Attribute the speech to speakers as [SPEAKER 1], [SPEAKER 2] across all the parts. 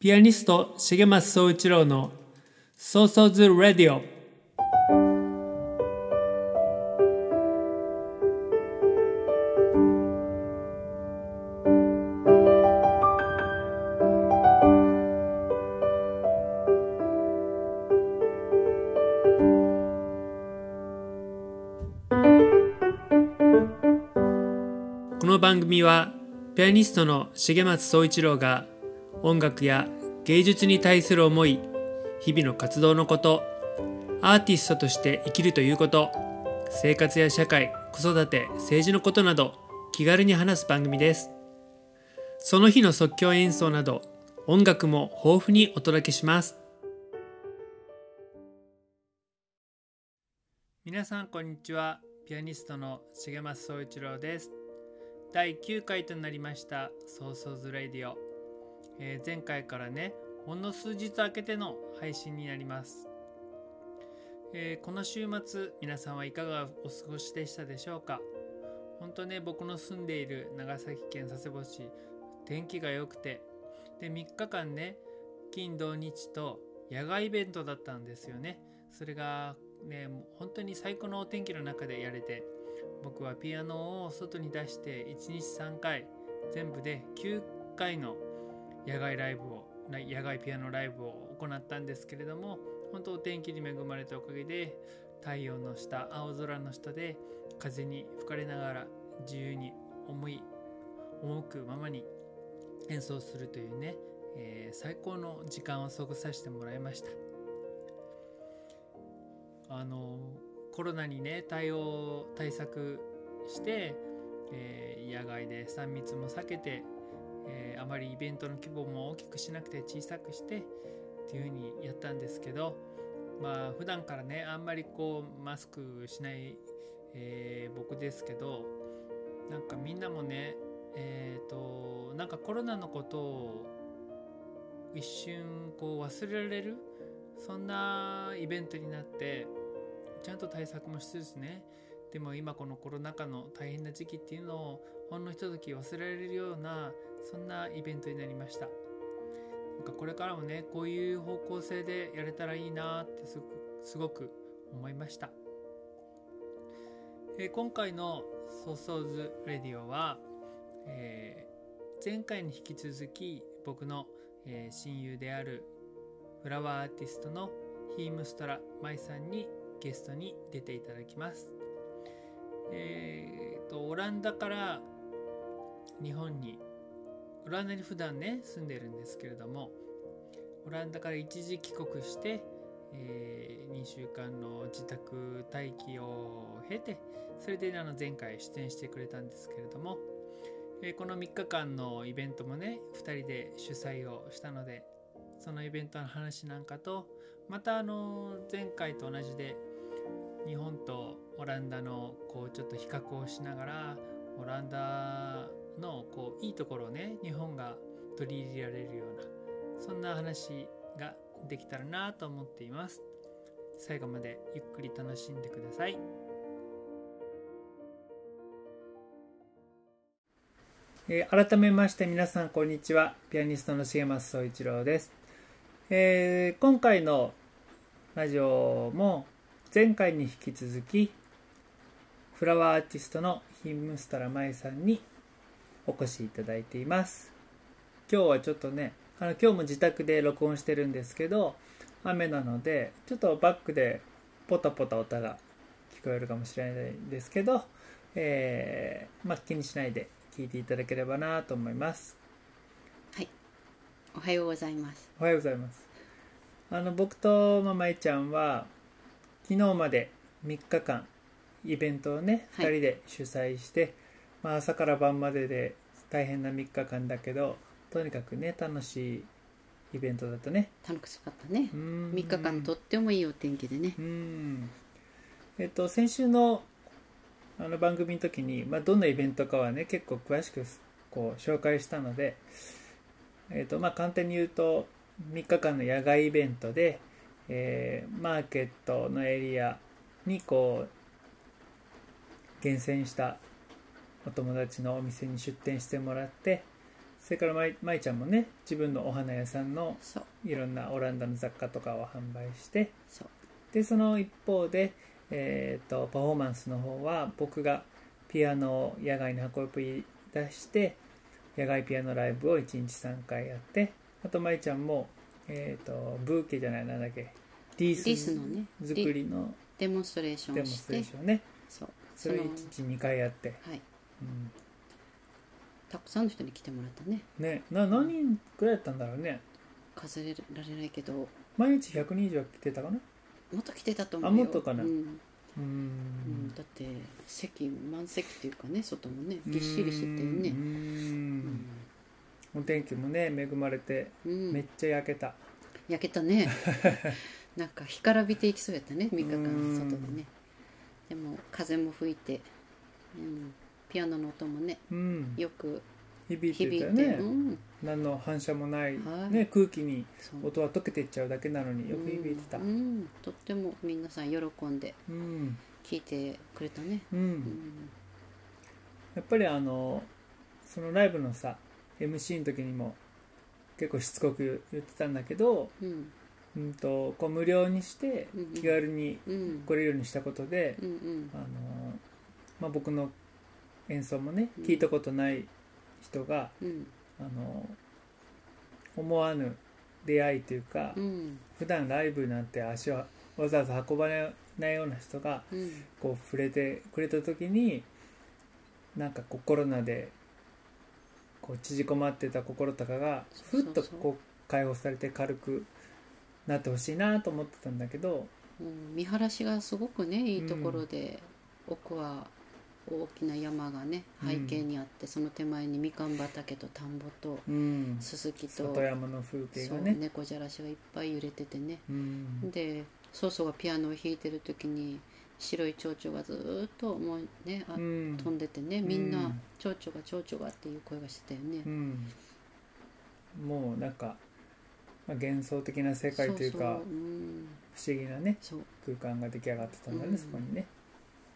[SPEAKER 1] ピアニスト重松総一郎の「ソーソーズ・ラディオ」この番組はピアニストの重松総一郎が音楽や芸術に対する思い日々の活動のことアーティストとして生きるということ生活や社会子育て政治のことなど気軽に話す番組ですその日の即興演奏など音楽も豊富にお届けします皆さんこんにちはピアニストの重松総一郎です第9回となりました「ソーソーズ・ラディオ」えー前回からねほんの数日空けての配信になります、えーこの週末皆さんはいかがお過ごしでしたでしょうか本当ね僕の住んでいる長崎県佐世保市天気が良くてで3日間ね金土日と野外イベントだったんですよねそれがねもう本当に最高のお天気の中でやれて僕はピアノを外に出して1日3回全部で9回の野外ライブをな野外ピアノライブを行ったんですけれども本当お天気に恵まれたおかげで太陽の下青空の下で風に吹かれながら自由に思い赴くままに演奏するというね、えー最高の時間を過ごさせてもらいましたあのコロナにね対応対策して、えー野外で3密も避けてえーあまりイベントの規模も大きくしなくて小さくしてっていう風にやったんですけどまあ普段からねあんまりこうマスクしない、えー僕ですけどなんかみんなもねえっ、となんかコロナのことを一瞬こう忘れられるそんなイベントになってちゃんと対策もしつつねでも今このコロナ禍の大変な時期っていうのをほんのひととき忘れられるようなそんなイベントになりましたなんかこれからもねこういう方向性でやれたらいいなってすごくすごく思いました、えー今回の「ソーソーズ・レディオは」えー前回に引き続き僕の、えー親友であるフラワーアーティストのヒームストラ舞さんにゲストに出ていただきますえーとオランダから日本にオランダに普段ね住んでるんですけれどもオランダから一時帰国して、え2週間の自宅待機を経てそれであの前回出演してくれたんですけれども、えーこの3日間のイベントもね2人で主催をしたのでそのイベントの話なんかとまたあの前回と同じで日本とオランダのこうちょっと比較をしながらオランダのこういいところをね日本が取り入れられるようなそんな話ができたらなと思っています最後までゆっくり楽しんでくださいえー改めまして皆さんこんにちはピアニストの重松総一郎です、えー今回のラジオも前回に引き続きフラワーアーティストのヒムスタラマイさんにお越しいただいています今日はちょっとねあの今日も自宅で録音してるんですけど雨なのでちょっとバックでポタポタ音が聞こえるかもしれないんですけど、えーまあ、気にしないで聞いていただければなと思います
[SPEAKER 2] おはようございます。
[SPEAKER 1] おはようございますあの僕とママイちゃんは昨日まで3日間イベントをね2
[SPEAKER 2] はい
[SPEAKER 1] 人で主催して、まあ、朝から晩までで大変な3日間だけどとにかくね楽しいイベントだったね
[SPEAKER 2] 楽しかったね。
[SPEAKER 1] 3
[SPEAKER 2] 3日間とってもいいお天気でね
[SPEAKER 1] う。んえっと先週のあの番組の時に、まあ、どんなイベントかはね結構詳しくこう紹介したので、えっとまあ、簡単に言うと3日間の野外イベントで、えーマーケットのエリアにこう厳選したお友達のお店に出店してもらってそれからまいまいちゃんもね自分のお花屋さんの
[SPEAKER 2] そう
[SPEAKER 1] いろんなオランダの雑貨とかを販売して
[SPEAKER 2] そう
[SPEAKER 1] でその一方で、えー、とパフォーマンスの方は僕がピアノを野外に運び出して野外ピアノライブを1日3回やってあと舞ちゃんも、えー、とブーケじゃないなんだっけリ
[SPEAKER 2] リ
[SPEAKER 1] ー
[SPEAKER 2] ース
[SPEAKER 1] ス
[SPEAKER 2] のね
[SPEAKER 1] 作
[SPEAKER 2] リ
[SPEAKER 1] りの
[SPEAKER 2] デモンストレーシ
[SPEAKER 1] デ
[SPEAKER 2] ョン
[SPEAKER 1] モ
[SPEAKER 2] を
[SPEAKER 1] ス
[SPEAKER 2] し
[SPEAKER 1] トレー
[SPEAKER 2] て
[SPEAKER 1] ションをね
[SPEAKER 2] そう
[SPEAKER 1] それを1
[SPEAKER 2] その
[SPEAKER 1] 日2回やって、
[SPEAKER 2] はい
[SPEAKER 1] うん
[SPEAKER 2] たくさんの人に来てもらったね
[SPEAKER 1] ねな何人くらいやったんだろうね
[SPEAKER 2] 数えられないけど
[SPEAKER 1] 毎日100人以上来てたかな
[SPEAKER 2] もっと来てたと思う
[SPEAKER 1] あ
[SPEAKER 2] よ
[SPEAKER 1] もっとかな
[SPEAKER 2] うん
[SPEAKER 1] う
[SPEAKER 2] うん
[SPEAKER 1] ん
[SPEAKER 2] だって席満席っていうかね外もねぎっしりしてて
[SPEAKER 1] う
[SPEAKER 2] ね
[SPEAKER 1] んお天気もね恵まれて
[SPEAKER 2] うん、うん
[SPEAKER 1] めっちゃ焼けた、
[SPEAKER 2] 焼け たねなんか干からびていきそうやったね3日間
[SPEAKER 1] うん
[SPEAKER 2] 外でねでも風も吹いて、うん、ピアノの音もね
[SPEAKER 1] うん、
[SPEAKER 2] よく
[SPEAKER 1] 響い
[SPEAKER 2] 響い
[SPEAKER 1] て
[SPEAKER 2] て
[SPEAKER 1] たよね、
[SPEAKER 2] うん、
[SPEAKER 1] 何の反射もない、
[SPEAKER 2] はい
[SPEAKER 1] ね、空気に
[SPEAKER 2] そう
[SPEAKER 1] 音は溶けていっちゃうだけなのによく響いてた
[SPEAKER 2] うんうんとっても皆さん喜んで
[SPEAKER 1] うん、
[SPEAKER 2] 聴いてくれたね、
[SPEAKER 1] うん
[SPEAKER 2] うん、
[SPEAKER 1] やっぱりあのそのライブのさ MC の時にも結構しつこく言ってたんだけど、
[SPEAKER 2] うん
[SPEAKER 1] うん、とこう無料にして
[SPEAKER 2] うん
[SPEAKER 1] 気軽に
[SPEAKER 2] うん
[SPEAKER 1] 来れるようにしたことで、
[SPEAKER 2] うんうん
[SPEAKER 1] あのまあ、僕の演奏もね
[SPEAKER 2] うん
[SPEAKER 1] 聞いたことない人が、
[SPEAKER 2] うん
[SPEAKER 1] あの思わぬ出会いというか、
[SPEAKER 2] うん
[SPEAKER 1] 普段ライブなんて足をわざわざ運ばれないような人が
[SPEAKER 2] うん
[SPEAKER 1] こう触れてくれた時になんかこうコロナでこう縮こまってた心とかが
[SPEAKER 2] そ
[SPEAKER 1] ふ
[SPEAKER 2] う
[SPEAKER 1] っ
[SPEAKER 2] そうそ
[SPEAKER 1] と
[SPEAKER 2] う
[SPEAKER 1] こう解放されて軽くなってほしいなと思ってたんだけど
[SPEAKER 2] うん見晴らしがすごくねいいところで、奥は大きな山がね
[SPEAKER 1] うん
[SPEAKER 2] 背景にあって、その手前にみかん畑と田んぼと
[SPEAKER 1] うん
[SPEAKER 2] ススキと
[SPEAKER 1] 里山の風景
[SPEAKER 2] そ
[SPEAKER 1] が
[SPEAKER 2] う
[SPEAKER 1] ね
[SPEAKER 2] 猫じゃらしがいっぱい揺れててね、
[SPEAKER 1] うん
[SPEAKER 2] で曹操がピアノを弾いてる時に白い蝶々がずーっともうねあ、
[SPEAKER 1] うん
[SPEAKER 2] 飛んでてねみん
[SPEAKER 1] う
[SPEAKER 2] なん「蝶々が蝶々が」っていう声がしてたよね。
[SPEAKER 1] うんもうなんか、まあ、幻想的な世界というか
[SPEAKER 2] そうそう,、うん、
[SPEAKER 1] 不思議なね
[SPEAKER 2] そう
[SPEAKER 1] 空間が出来上がってたんだね、
[SPEAKER 2] うん
[SPEAKER 1] そこにね。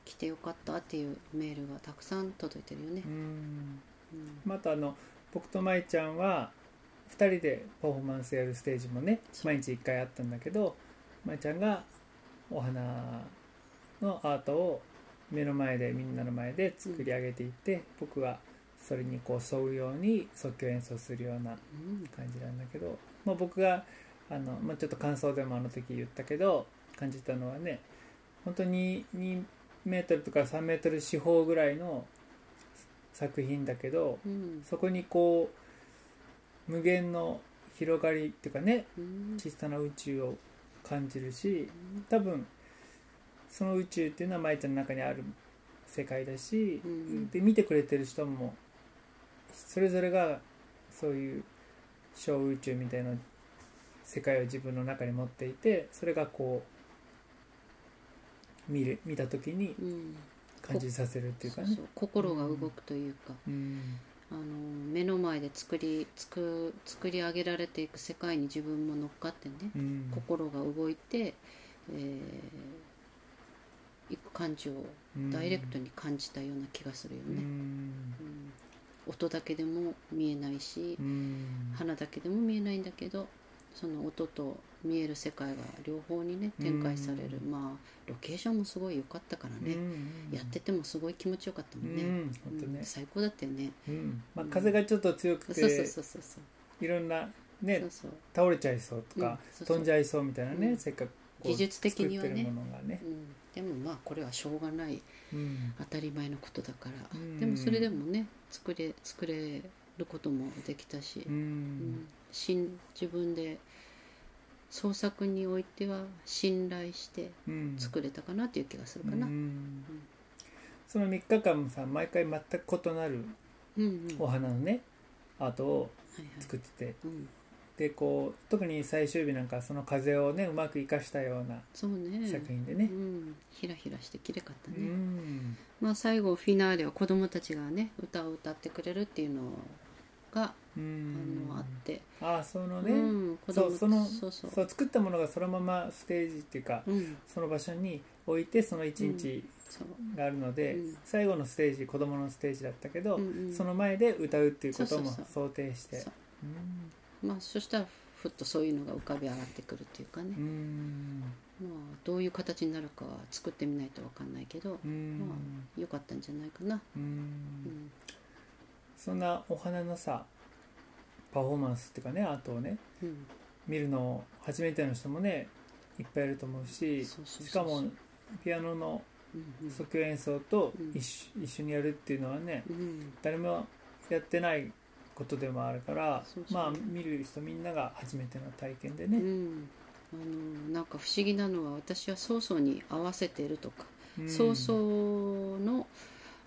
[SPEAKER 2] 来てよかったっていうメールがたくさん届いてるよね
[SPEAKER 1] う。ん
[SPEAKER 2] うん
[SPEAKER 1] またあの僕と舞ちゃんは2人でパフォーマンスやるステージもね
[SPEAKER 2] そう
[SPEAKER 1] 毎日1回あったんだけど舞ちゃんがお花のアートを目の前でみんなの前で作り上げていって、僕はそれにこう沿うように即興演奏するような
[SPEAKER 2] うん
[SPEAKER 1] 感じなんだけど、まあ、僕があの、まあ、ちょっと感想でもあの時言ったけど感じたのはね本当に2メートルとか3メートル四方ぐらいの作品だけど
[SPEAKER 2] うん
[SPEAKER 1] そこにこう無限の広がりっていうかね
[SPEAKER 2] うん
[SPEAKER 1] 小さな宇宙を感じるし多分その宇宙っていうのは舞ちゃんの中にある世界だし、
[SPEAKER 2] うん
[SPEAKER 1] で見てくれてる人もそれぞれがそういう小宇宙みたいな世界を自分の中に持っていてそれがこう見る見た時に
[SPEAKER 2] うん
[SPEAKER 1] 感じさせるっていうかね
[SPEAKER 2] そうそう心が動くというか、
[SPEAKER 1] うん
[SPEAKER 2] あの目の前で作り作作り上げられていく世界に自分も乗っかってね、
[SPEAKER 1] うん
[SPEAKER 2] 心が動いて、えー、いく感情を
[SPEAKER 1] うん
[SPEAKER 2] ダイレクトに感じたような気がするよ
[SPEAKER 1] うん
[SPEAKER 2] ね、うん音だけでも見えないし、
[SPEAKER 1] うん
[SPEAKER 2] 花だけでも見えないんだけどその音と見える世界が両方にね展開される、
[SPEAKER 1] う
[SPEAKER 2] まあロケーションもすごい良かったからね、
[SPEAKER 1] うん
[SPEAKER 2] やっててもすごい気持ちよかったもんね、
[SPEAKER 1] うん本当
[SPEAKER 2] う
[SPEAKER 1] ね
[SPEAKER 2] ん、最高だったよね
[SPEAKER 1] うんまあ、風がちょっと強く
[SPEAKER 2] そうそう
[SPEAKER 1] て
[SPEAKER 2] そうそうそう
[SPEAKER 1] いろんな
[SPEAKER 2] そ
[SPEAKER 1] ね
[SPEAKER 2] うそう
[SPEAKER 1] 倒れちゃいそうと
[SPEAKER 2] うん
[SPEAKER 1] か、
[SPEAKER 2] そうそう
[SPEAKER 1] 飛んじゃいそうみたいなね、
[SPEAKER 2] うん
[SPEAKER 1] せっかくこう
[SPEAKER 2] 技術的にはね
[SPEAKER 1] 作ってるものがね、
[SPEAKER 2] うん、でもまあこれはしょうがない
[SPEAKER 1] うん
[SPEAKER 2] 当たり前のことだから、
[SPEAKER 1] うん
[SPEAKER 2] でもそれでもね作れ作れることもできたし、
[SPEAKER 1] うん
[SPEAKER 2] うんしん自分で創作においては信頼して
[SPEAKER 1] うん
[SPEAKER 2] 作れたかなっていう気がするかな、
[SPEAKER 1] う
[SPEAKER 2] うん
[SPEAKER 1] んその3日間もさ毎回全く異なる
[SPEAKER 2] うん
[SPEAKER 1] お
[SPEAKER 2] は
[SPEAKER 1] 花のねアートを
[SPEAKER 2] いはい
[SPEAKER 1] 作ってて
[SPEAKER 2] うん、
[SPEAKER 1] でこう特に最終日なんかその風をねうまく生かしたような
[SPEAKER 2] そうね
[SPEAKER 1] 作品で
[SPEAKER 2] う
[SPEAKER 1] ね、
[SPEAKER 2] ん、ひらひらしてきれかったね、
[SPEAKER 1] うん
[SPEAKER 2] まあ、最後フィナーレは子どもたちがね歌を歌ってくれるっていうのが、
[SPEAKER 1] う
[SPEAKER 2] あ
[SPEAKER 1] ん
[SPEAKER 2] のあって、
[SPEAKER 1] あそのね、
[SPEAKER 2] うん、子
[SPEAKER 1] そう
[SPEAKER 2] 供
[SPEAKER 1] その
[SPEAKER 2] そうそう
[SPEAKER 1] そう作ったものがそのままステージっていうか、
[SPEAKER 2] うん
[SPEAKER 1] その場所に置いてその一日
[SPEAKER 2] そう
[SPEAKER 1] があるので、
[SPEAKER 2] うん
[SPEAKER 1] 最後のステージ子供のステージだったけど、
[SPEAKER 2] うんうん
[SPEAKER 1] その前で歌うっていうことも
[SPEAKER 2] そうそう
[SPEAKER 1] 想定して
[SPEAKER 2] そう
[SPEAKER 1] うん
[SPEAKER 2] まあそしたらふっとそういうのが浮かび上がってくるっていうかね
[SPEAKER 1] う、ん
[SPEAKER 2] まあどういう形になるかは作ってみないとわかんないけど
[SPEAKER 1] うん、
[SPEAKER 2] よかったんじゃないかな、
[SPEAKER 1] う
[SPEAKER 2] うんん
[SPEAKER 1] そんなお花のさパフォーマンスっていうかねアートをね
[SPEAKER 2] うん、
[SPEAKER 1] 見るの初めての人もねいっぱいいると思うし
[SPEAKER 2] そうそうそうそう
[SPEAKER 1] しかもピアノの
[SPEAKER 2] うんうん
[SPEAKER 1] 即興演奏と
[SPEAKER 2] うん
[SPEAKER 1] 一緒,、一緒にやるっていうのはね
[SPEAKER 2] うん
[SPEAKER 1] 誰もやってないことでもあるから
[SPEAKER 2] そうそう
[SPEAKER 1] まあ見る人みんなが初めての体験で
[SPEAKER 2] う
[SPEAKER 1] ね、
[SPEAKER 2] んあのなんか不思議なのは私は曹操に合わせてるとか
[SPEAKER 1] うん
[SPEAKER 2] 曹操の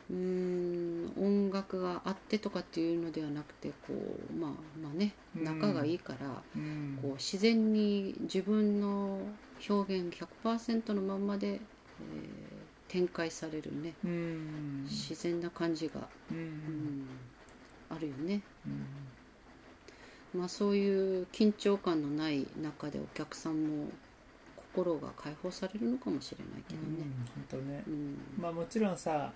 [SPEAKER 2] うーん音楽があってとかっていうのではなくてこうまあまあね
[SPEAKER 1] うん
[SPEAKER 2] 仲がいいから、
[SPEAKER 1] うん
[SPEAKER 2] こう自然に自分の表現100%のまんまで、えー展開されるね
[SPEAKER 1] うん
[SPEAKER 2] 自然な感じが、
[SPEAKER 1] うん
[SPEAKER 2] うん、あるよね。
[SPEAKER 1] うん
[SPEAKER 2] まあ、そういう緊張感のない中でお客さんも心が解放されるのかもしれないけ
[SPEAKER 1] う
[SPEAKER 2] ど
[SPEAKER 1] ん
[SPEAKER 2] ね。
[SPEAKER 1] ほんとね
[SPEAKER 2] うん
[SPEAKER 1] まあもちろんさ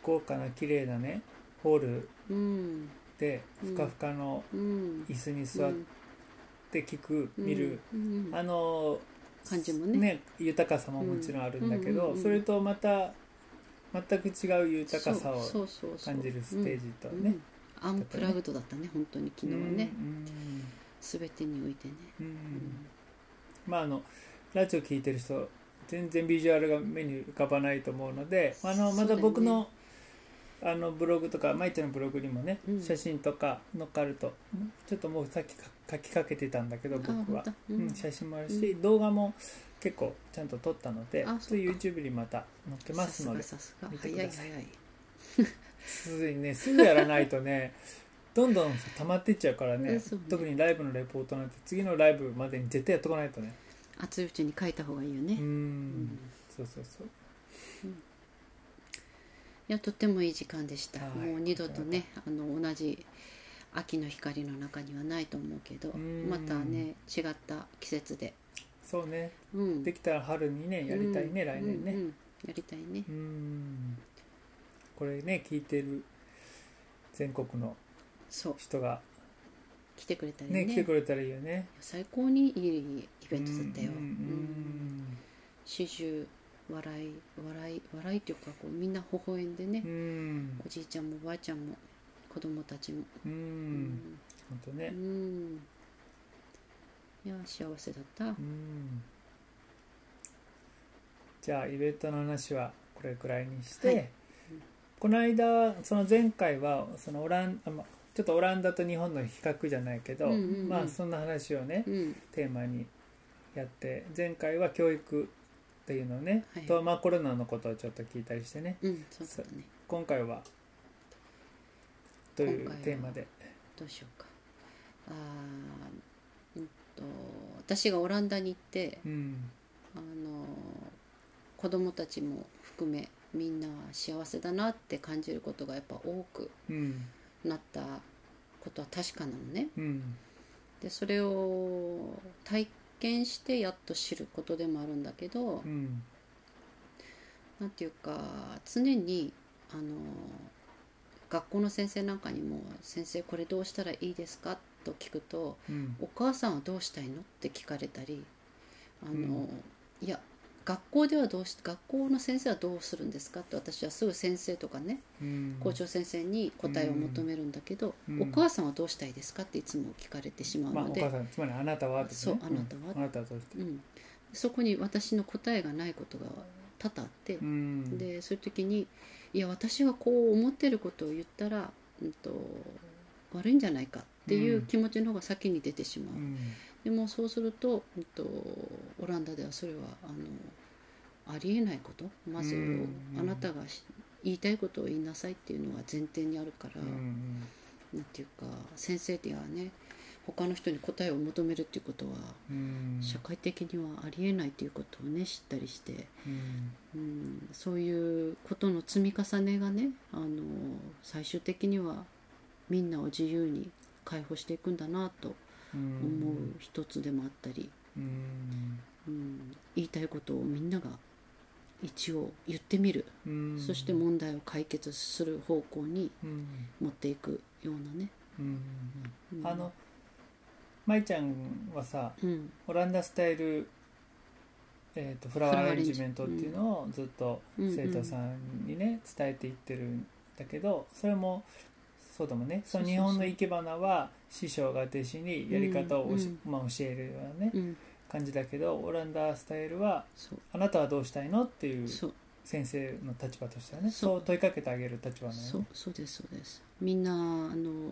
[SPEAKER 1] 豪華な綺麗なねホール
[SPEAKER 2] うん
[SPEAKER 1] で
[SPEAKER 2] うん
[SPEAKER 1] ふかふかの
[SPEAKER 2] うん
[SPEAKER 1] 椅子に座って聞く、見る、、
[SPEAKER 2] うんうん
[SPEAKER 1] あの
[SPEAKER 2] 感じもね
[SPEAKER 1] 豊かさももちろんあるんだけ
[SPEAKER 2] うん
[SPEAKER 1] ど、
[SPEAKER 2] うんうんうん
[SPEAKER 1] それとまた全く違う豊かさを
[SPEAKER 2] そうそうそうそう
[SPEAKER 1] 感じるステージと
[SPEAKER 2] うん
[SPEAKER 1] ね。
[SPEAKER 2] うんアンプラグドだったね本当に昨日はね、全てにおいてね、
[SPEAKER 1] うんうんまああのラジオ聞いてる人全然ビジュアルが目に浮かばないと思うのであのまた僕の,、あのブログとかまいちゃんのブログにもね、
[SPEAKER 2] うん
[SPEAKER 1] 写真とか載っかるとちょっともうさっきか書きかけてたんだけど
[SPEAKER 2] あ
[SPEAKER 1] 僕は
[SPEAKER 2] 本、当
[SPEAKER 1] う
[SPEAKER 2] うんん
[SPEAKER 1] 写真もあるし、動画も結構ちゃんと撮ったので
[SPEAKER 2] あ
[SPEAKER 1] そ
[SPEAKER 2] そうう
[SPEAKER 1] いう
[SPEAKER 2] か
[SPEAKER 1] YouTube にまた載ってますので
[SPEAKER 2] さすが
[SPEAKER 1] 見
[SPEAKER 2] さ
[SPEAKER 1] て
[SPEAKER 2] す
[SPEAKER 1] く
[SPEAKER 2] が
[SPEAKER 1] だ
[SPEAKER 2] 早い
[SPEAKER 1] さい
[SPEAKER 2] 早い
[SPEAKER 1] すぐにねすぐやらないと ねどんどん溜まっていっちゃうからね
[SPEAKER 2] えそうね
[SPEAKER 1] 特にライブのレポートなんて次のライブまでに絶対やっとかないとね
[SPEAKER 2] 熱いうちに書いた方がいいよね、
[SPEAKER 1] うー
[SPEAKER 2] い
[SPEAKER 1] んそうそうそう
[SPEAKER 2] やとってもいい時間でした、
[SPEAKER 1] はい
[SPEAKER 2] もう二度とねあの同じ秋の光の中にはないと思うけど、
[SPEAKER 1] うん
[SPEAKER 2] またね違った季節で、
[SPEAKER 1] そうね
[SPEAKER 2] うん、
[SPEAKER 1] できたら春にねやりたいね、
[SPEAKER 2] うん
[SPEAKER 1] 来年
[SPEAKER 2] う
[SPEAKER 1] ね
[SPEAKER 2] んうんやりたいね
[SPEAKER 1] うーんこれね聞いてる全国の
[SPEAKER 2] そう
[SPEAKER 1] 人が
[SPEAKER 2] 来てくれたり
[SPEAKER 1] ね
[SPEAKER 2] ね
[SPEAKER 1] 来てくれたらいいよね
[SPEAKER 2] 最高にいいイベントだったよ、
[SPEAKER 1] うんうん
[SPEAKER 2] 始終笑い笑い笑いというかこうみんな微笑んでね、
[SPEAKER 1] うんうん
[SPEAKER 2] おじいちゃんもおばあちゃんも子供たちも、
[SPEAKER 1] う
[SPEAKER 2] うん
[SPEAKER 1] 本当ね
[SPEAKER 2] うんいや幸せだった、
[SPEAKER 1] うんじゃあイベントの話はこれくらいにして、
[SPEAKER 2] はい
[SPEAKER 1] この間その前回はそのオランあまちょっとオランダと日本の比較じゃないけど、
[SPEAKER 2] うんうんうん
[SPEAKER 1] まあそんな話をね
[SPEAKER 2] うん
[SPEAKER 1] テーマにやって前回は教育っていうのをね、
[SPEAKER 2] はい
[SPEAKER 1] とまあコロナのことをちょっと聞いたりしてね
[SPEAKER 2] うんそうだったね
[SPEAKER 1] 今回はという
[SPEAKER 2] 今回は
[SPEAKER 1] テーマで
[SPEAKER 2] どうしようかあーうんと私がオランダに行って
[SPEAKER 1] うん
[SPEAKER 2] あの子供たちも含めみんな幸せだなって感じることがやっぱ多く
[SPEAKER 1] うん
[SPEAKER 2] なったことは確かなのね
[SPEAKER 1] うん
[SPEAKER 2] でそれを体験してやっと知ることでもあるんだけど
[SPEAKER 1] うん
[SPEAKER 2] なんていうか常にあの学校の先生なんかにも「先生これどうしたらいいですか?」と聞くと
[SPEAKER 1] うん
[SPEAKER 2] 「お母さんはどうしたいの?」って聞かれたりあの、
[SPEAKER 1] うん
[SPEAKER 2] いや学校ではどうし学校の先生はどうするんですかって私はすぐ先生とかね
[SPEAKER 1] うん
[SPEAKER 2] 校長先生に答えを求めるんだけど、
[SPEAKER 1] うん
[SPEAKER 2] お母さんはどうしたいですかっていつも聞かれてしまう
[SPEAKER 1] まあ、
[SPEAKER 2] の
[SPEAKER 1] お
[SPEAKER 2] で、
[SPEAKER 1] 母さんつまりあなたはってね
[SPEAKER 2] そうあなたは
[SPEAKER 1] うんあなたはどうして
[SPEAKER 2] うん、そこに私の答えがないことが多々あって、
[SPEAKER 1] うん
[SPEAKER 2] でそういう時にいや私がこう思ってることを言ったら、うん、と悪いんじゃないかっていう気持ちの方が先に出てしまう、
[SPEAKER 1] うん
[SPEAKER 2] でもそうすると,、うん、とオランダではそれはあのありえないことまず、
[SPEAKER 1] うん
[SPEAKER 2] あなたがし言いたいことを言いなさいっていうのが前提にあるから、
[SPEAKER 1] うん
[SPEAKER 2] なんていうか先生ではね他の人に答えを求めるっていうことは
[SPEAKER 1] うん
[SPEAKER 2] 社会的にはありえないということをね知ったりして、
[SPEAKER 1] うん
[SPEAKER 2] うん、そういうことの積み重ねがねあの最終的にはみんなを自由に解放していくんだなと
[SPEAKER 1] うん
[SPEAKER 2] 思う一つでもあったり、
[SPEAKER 1] うん
[SPEAKER 2] うん、言いたいことをみんなが一応言ってみる、
[SPEAKER 1] うん
[SPEAKER 2] そして問題を解決する方向に
[SPEAKER 1] うん
[SPEAKER 2] 持っていくようなね、
[SPEAKER 1] うんうん
[SPEAKER 2] う
[SPEAKER 1] うん
[SPEAKER 2] ん
[SPEAKER 1] あの舞ちゃんはさ
[SPEAKER 2] うん
[SPEAKER 1] オランダスタイル、えー、とフラワーアレンジメントっていうのをずっと生徒さんにね伝えていってるんだけどそれもそうだもんねその日本の生け花は師匠が弟子にやり方をおしまあ、教えるようなね
[SPEAKER 2] うん、
[SPEAKER 1] 感じだけどオランダスタイルは
[SPEAKER 2] そう
[SPEAKER 1] あなたはどうしたいのっていう
[SPEAKER 2] そう
[SPEAKER 1] 先生の立場としてはね
[SPEAKER 2] そう
[SPEAKER 1] そう問いかけてあげる立場なのよ
[SPEAKER 2] そう
[SPEAKER 1] ね。
[SPEAKER 2] そうですそうですみんなあの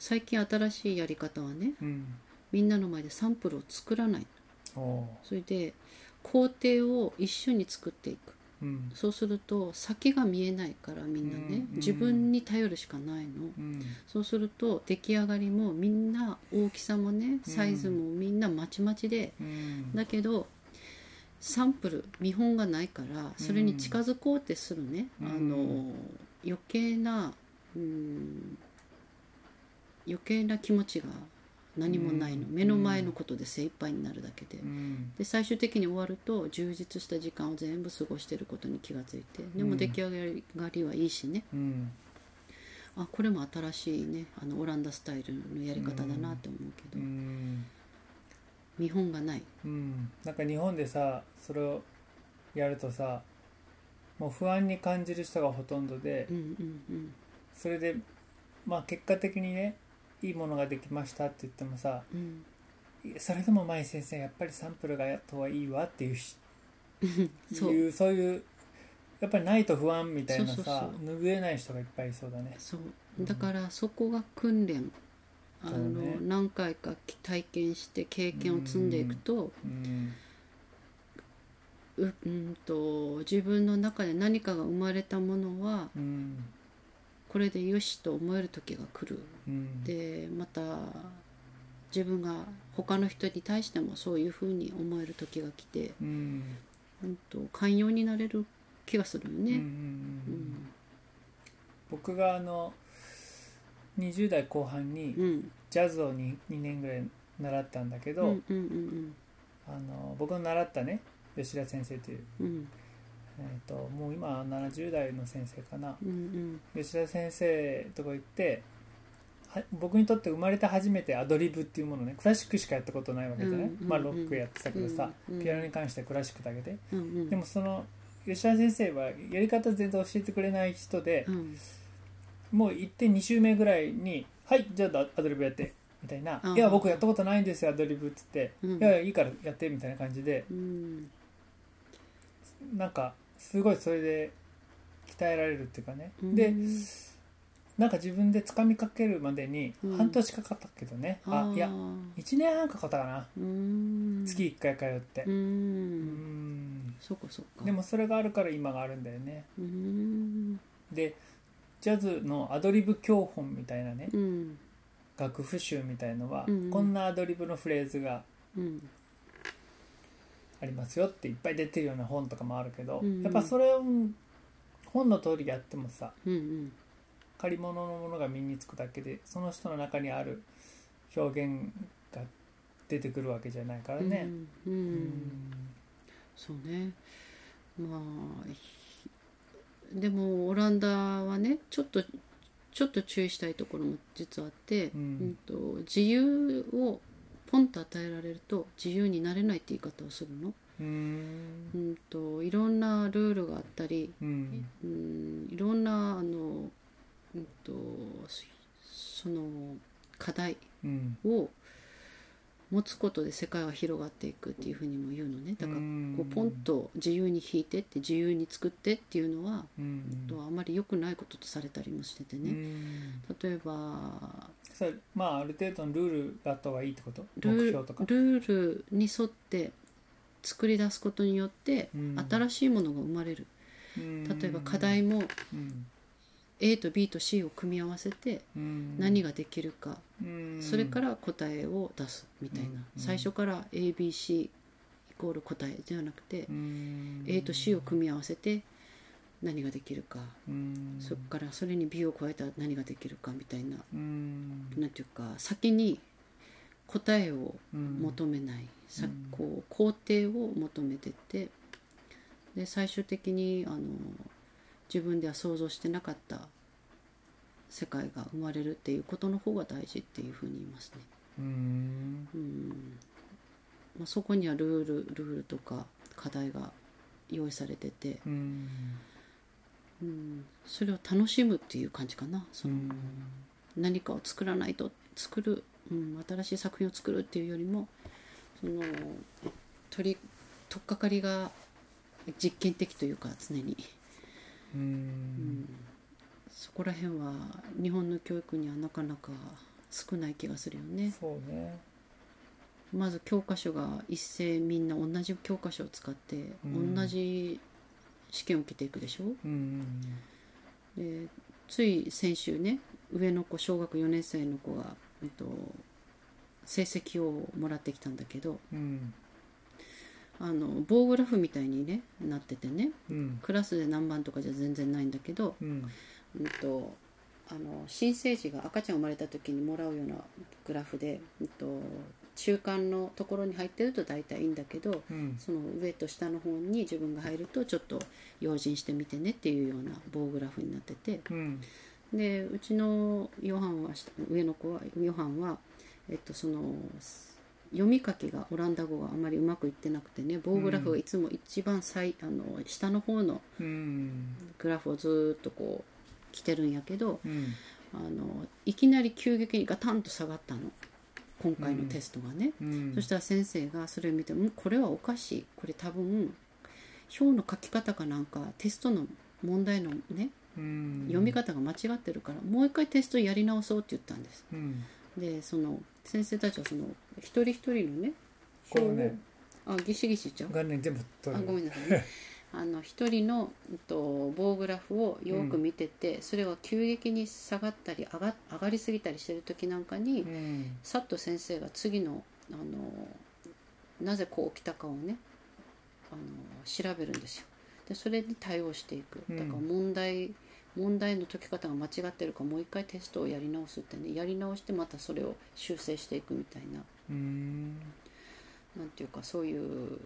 [SPEAKER 2] 最近新しいやり方はね
[SPEAKER 1] うん
[SPEAKER 2] みんなの前でサンプルを作らない
[SPEAKER 1] おう
[SPEAKER 2] それで工程を一緒に作っていく
[SPEAKER 1] うん
[SPEAKER 2] そうすると先が見えないからみんな
[SPEAKER 1] うん
[SPEAKER 2] ね
[SPEAKER 1] うん
[SPEAKER 2] 自分に頼るしかないの
[SPEAKER 1] うん
[SPEAKER 2] そうすると出来上がりもみんな大きさもねサイズもみんなまちまちで
[SPEAKER 1] うん
[SPEAKER 2] だけどサンプル見本がないからそれに近づこうってするね、
[SPEAKER 1] うん
[SPEAKER 2] あの余計な、うん、余計な気持ちが何もないの、
[SPEAKER 1] うん
[SPEAKER 2] 目の前のことで精一杯になるだけで。
[SPEAKER 1] うん
[SPEAKER 2] で最終的に終わると充実した時間を全部過ごしてることに気がついてで
[SPEAKER 1] う
[SPEAKER 2] も
[SPEAKER 1] ん
[SPEAKER 2] 出来上がりはいいしね、
[SPEAKER 1] うん
[SPEAKER 2] あこれも新しいねあのオランダスタイルのやり方だなって思うけ
[SPEAKER 1] う
[SPEAKER 2] ど、
[SPEAKER 1] ん
[SPEAKER 2] 見本がない、
[SPEAKER 1] うん、なんか日本でさそれをやるとさもう不安に感じる人がほとんどで
[SPEAKER 2] うんうんうん
[SPEAKER 1] それでまあ結果的にねいいものができましたって言ってもさ
[SPEAKER 2] うん、
[SPEAKER 1] いやそれでも舞先生やっぱりサンプルがやったはいいわっていうし
[SPEAKER 2] そう
[SPEAKER 1] いうそういうやっぱりないと不安みたいなさ
[SPEAKER 2] そうそう
[SPEAKER 1] 拭えない人がいっぱいいそうだね。
[SPEAKER 2] そう
[SPEAKER 1] うん
[SPEAKER 2] だからそこが訓練あ
[SPEAKER 1] そう
[SPEAKER 2] の、
[SPEAKER 1] ね
[SPEAKER 2] 何回か体験して経験を積んでいくと,、
[SPEAKER 1] うん
[SPEAKER 2] ううん、と自分の中で何かが生まれたものは
[SPEAKER 1] うん
[SPEAKER 2] これでよしと思える時が来る
[SPEAKER 1] うん
[SPEAKER 2] でまた自分が他の人に対してもそういうふうに思える時が来て、
[SPEAKER 1] うん
[SPEAKER 2] うん、と寛容になれる気がするよ
[SPEAKER 1] うんうんう
[SPEAKER 2] ね。うんん
[SPEAKER 1] 僕があの20代後半に、
[SPEAKER 2] うん
[SPEAKER 1] ジャズを 2, 2年ぐらい習ったんだけ
[SPEAKER 2] う
[SPEAKER 1] ど、
[SPEAKER 2] んうんうん
[SPEAKER 1] あの僕の習ったね吉田先生という、
[SPEAKER 2] うんうん
[SPEAKER 1] えー、ともう今70代の先生かな
[SPEAKER 2] うん
[SPEAKER 1] 吉田先生とこ行っては僕にとって生まれて初めてアドリブっていうものねクラシックしかやったことないわけじゃない、
[SPEAKER 2] うんうんうん
[SPEAKER 1] まあロックやってたけどさ、
[SPEAKER 2] うんうん
[SPEAKER 1] ピアノに関してはクラシックだけで、
[SPEAKER 2] うんうん
[SPEAKER 1] でもその吉田先生はやり方全然教えてくれない人で
[SPEAKER 2] う、ん
[SPEAKER 1] もう行って2週目ぐらいに「はいじゃあアドリブやって」みたいな「
[SPEAKER 2] うん
[SPEAKER 1] いや僕やったことないんですよアドリブ」っつって
[SPEAKER 2] う
[SPEAKER 1] い
[SPEAKER 2] ん
[SPEAKER 1] やいやいいからやってみたいな感じで
[SPEAKER 2] うん
[SPEAKER 1] なんかすごいそれで鍛えられるっていうかね、
[SPEAKER 2] うん
[SPEAKER 1] でなんか自分で掴みかけるまでに
[SPEAKER 2] うん
[SPEAKER 1] 半年かかったけどね、あ
[SPEAKER 2] ー
[SPEAKER 1] いや1年半かかったかな、
[SPEAKER 2] うん
[SPEAKER 1] 月1回通って
[SPEAKER 2] う
[SPEAKER 1] うんん
[SPEAKER 2] そうかそうか
[SPEAKER 1] でもそれがあるから今があるんだよね
[SPEAKER 2] うん
[SPEAKER 1] でジャズのアドリブ教本みたいなね
[SPEAKER 2] うん
[SPEAKER 1] 楽譜集みたいのは、
[SPEAKER 2] うん
[SPEAKER 1] こんなアドリブのフレーズが
[SPEAKER 2] うん
[SPEAKER 1] ありますよっていっぱい出てるような本とかもあるけど、
[SPEAKER 2] うん
[SPEAKER 1] やっぱそれを本の通りやってもさ
[SPEAKER 2] うんうん
[SPEAKER 1] 借り物のものが身につくだけでその人の中にある表現が出てくるわけじゃないからね。
[SPEAKER 2] うんう
[SPEAKER 1] うん
[SPEAKER 2] そうねまあひでもオランダはねちょっとちょっと注意したいところも実はあって、
[SPEAKER 1] う
[SPEAKER 2] うん
[SPEAKER 1] ん
[SPEAKER 2] と自由をポンと与えられると自由になれないって言い方をするの、
[SPEAKER 1] うん
[SPEAKER 2] うん、といろんなルールがあったり、
[SPEAKER 1] うん
[SPEAKER 2] うん、いろんなあの、うん、とそその課題
[SPEAKER 1] うん
[SPEAKER 2] を持つことで世界は広がっていくっていうふうにも言うのねだからこうポンと自由に弾いてって自由に作ってっていうのは、
[SPEAKER 1] うん
[SPEAKER 2] とあまり良くないこととされたりもしてて
[SPEAKER 1] う
[SPEAKER 2] ね、
[SPEAKER 1] ん
[SPEAKER 2] 例えば
[SPEAKER 1] それまあある程度のルールがあった方がいいってこと
[SPEAKER 2] ル
[SPEAKER 1] 目
[SPEAKER 2] ー
[SPEAKER 1] 標とか。
[SPEAKER 2] ルールに沿って作り出すことによって
[SPEAKER 1] うん
[SPEAKER 2] 新しいものが生まれる、例えば課題も
[SPEAKER 1] うん、
[SPEAKER 2] A と B と C を組み合わせて何ができるか、それからら答えを出すみたいな、
[SPEAKER 1] うん
[SPEAKER 2] 最初から ABC イコール答えではなくて、A と C を組み合わせて何ができるか、
[SPEAKER 1] うん
[SPEAKER 2] そこからそれに B を加えたら何ができるかみたいな
[SPEAKER 1] うん
[SPEAKER 2] 何ていうか先に答えを
[SPEAKER 1] うん
[SPEAKER 2] 求めない、さ
[SPEAKER 1] うん
[SPEAKER 2] こう工程を求めてってで最終的にあの自分では想像してなかった世界が生まれるっていうことの方が大事っていうふうに言いますね。
[SPEAKER 1] うん
[SPEAKER 2] うんまあ、そこにはルールルールとか課題が用意されてて、
[SPEAKER 1] うん
[SPEAKER 2] うん、それを楽しむっていう感じかな
[SPEAKER 1] う
[SPEAKER 2] その
[SPEAKER 1] ん
[SPEAKER 2] 何かを作らないと作る、うん、新しい作品を作るっていうよりもその取り取っかかりが実験的というか常に、
[SPEAKER 1] う
[SPEAKER 2] うん
[SPEAKER 1] ん
[SPEAKER 2] そこら辺は日本の教育にはなかなか少ない気がするよね。
[SPEAKER 1] そうね
[SPEAKER 2] まず教科書が一斉みんな同じ教科書を使って
[SPEAKER 1] うん
[SPEAKER 2] 同じ試験を受けていくでしょ、
[SPEAKER 1] うん
[SPEAKER 2] でつい先週ね上の子小学4年生の子が、えっと、成績をもらってきたんだけど
[SPEAKER 1] うん
[SPEAKER 2] あの棒グラフみたいに、ね、なっててね
[SPEAKER 1] うん
[SPEAKER 2] クラスで何番とかじゃ全然ないんだけど、
[SPEAKER 1] うん
[SPEAKER 2] うん、とあの新生児が赤ちゃん生まれた時にもらうようなグラフで、うん、と中間のところに入ってると大体いいんだけど、
[SPEAKER 1] うん
[SPEAKER 2] その上と下の方に自分が入るとちょっと用心してみてねっていうような棒グラフになってて
[SPEAKER 1] うん
[SPEAKER 2] でうちのヨハンは下上の子はヨハンは、えっと、そのす読み書きがオランダ語があまりうまくいってなくてね棒グラフがいつも一番最、あの下の方の
[SPEAKER 1] うん
[SPEAKER 2] グラフをずーっとこう来てるんやけど
[SPEAKER 1] うん
[SPEAKER 2] あのいきなり急激にガタンと下がったの今回のテストがね。
[SPEAKER 1] うん
[SPEAKER 2] そしたら先生がそれを見て「んこれはおかしいこれ多分表の書き方かなんかテストの問題のね
[SPEAKER 1] うん
[SPEAKER 2] 読み方が間違ってるからもう一回テストやり直そう」って言ったんです。
[SPEAKER 1] うん
[SPEAKER 2] でその先生たちはその一人一人のね
[SPEAKER 1] こうね
[SPEAKER 2] あギシギシちゃう
[SPEAKER 1] 元年全部
[SPEAKER 2] あ
[SPEAKER 1] 取る
[SPEAKER 2] ごめんなさ いねあの一人の、えっと、棒グラフをよく見てて、それが急激に下がったり上が上がりすぎたりしてる時なんかに、
[SPEAKER 1] うん
[SPEAKER 2] さっと先生が次のあのなぜこう起きたかをねあの調べるんですよでそれに対応していく
[SPEAKER 1] うん
[SPEAKER 2] だから問題、問題の解き方が間違ってるからもう一回テストをやり直すってねやり直してまたそれを修正していくみたいな
[SPEAKER 1] うん
[SPEAKER 2] なんていうかそういう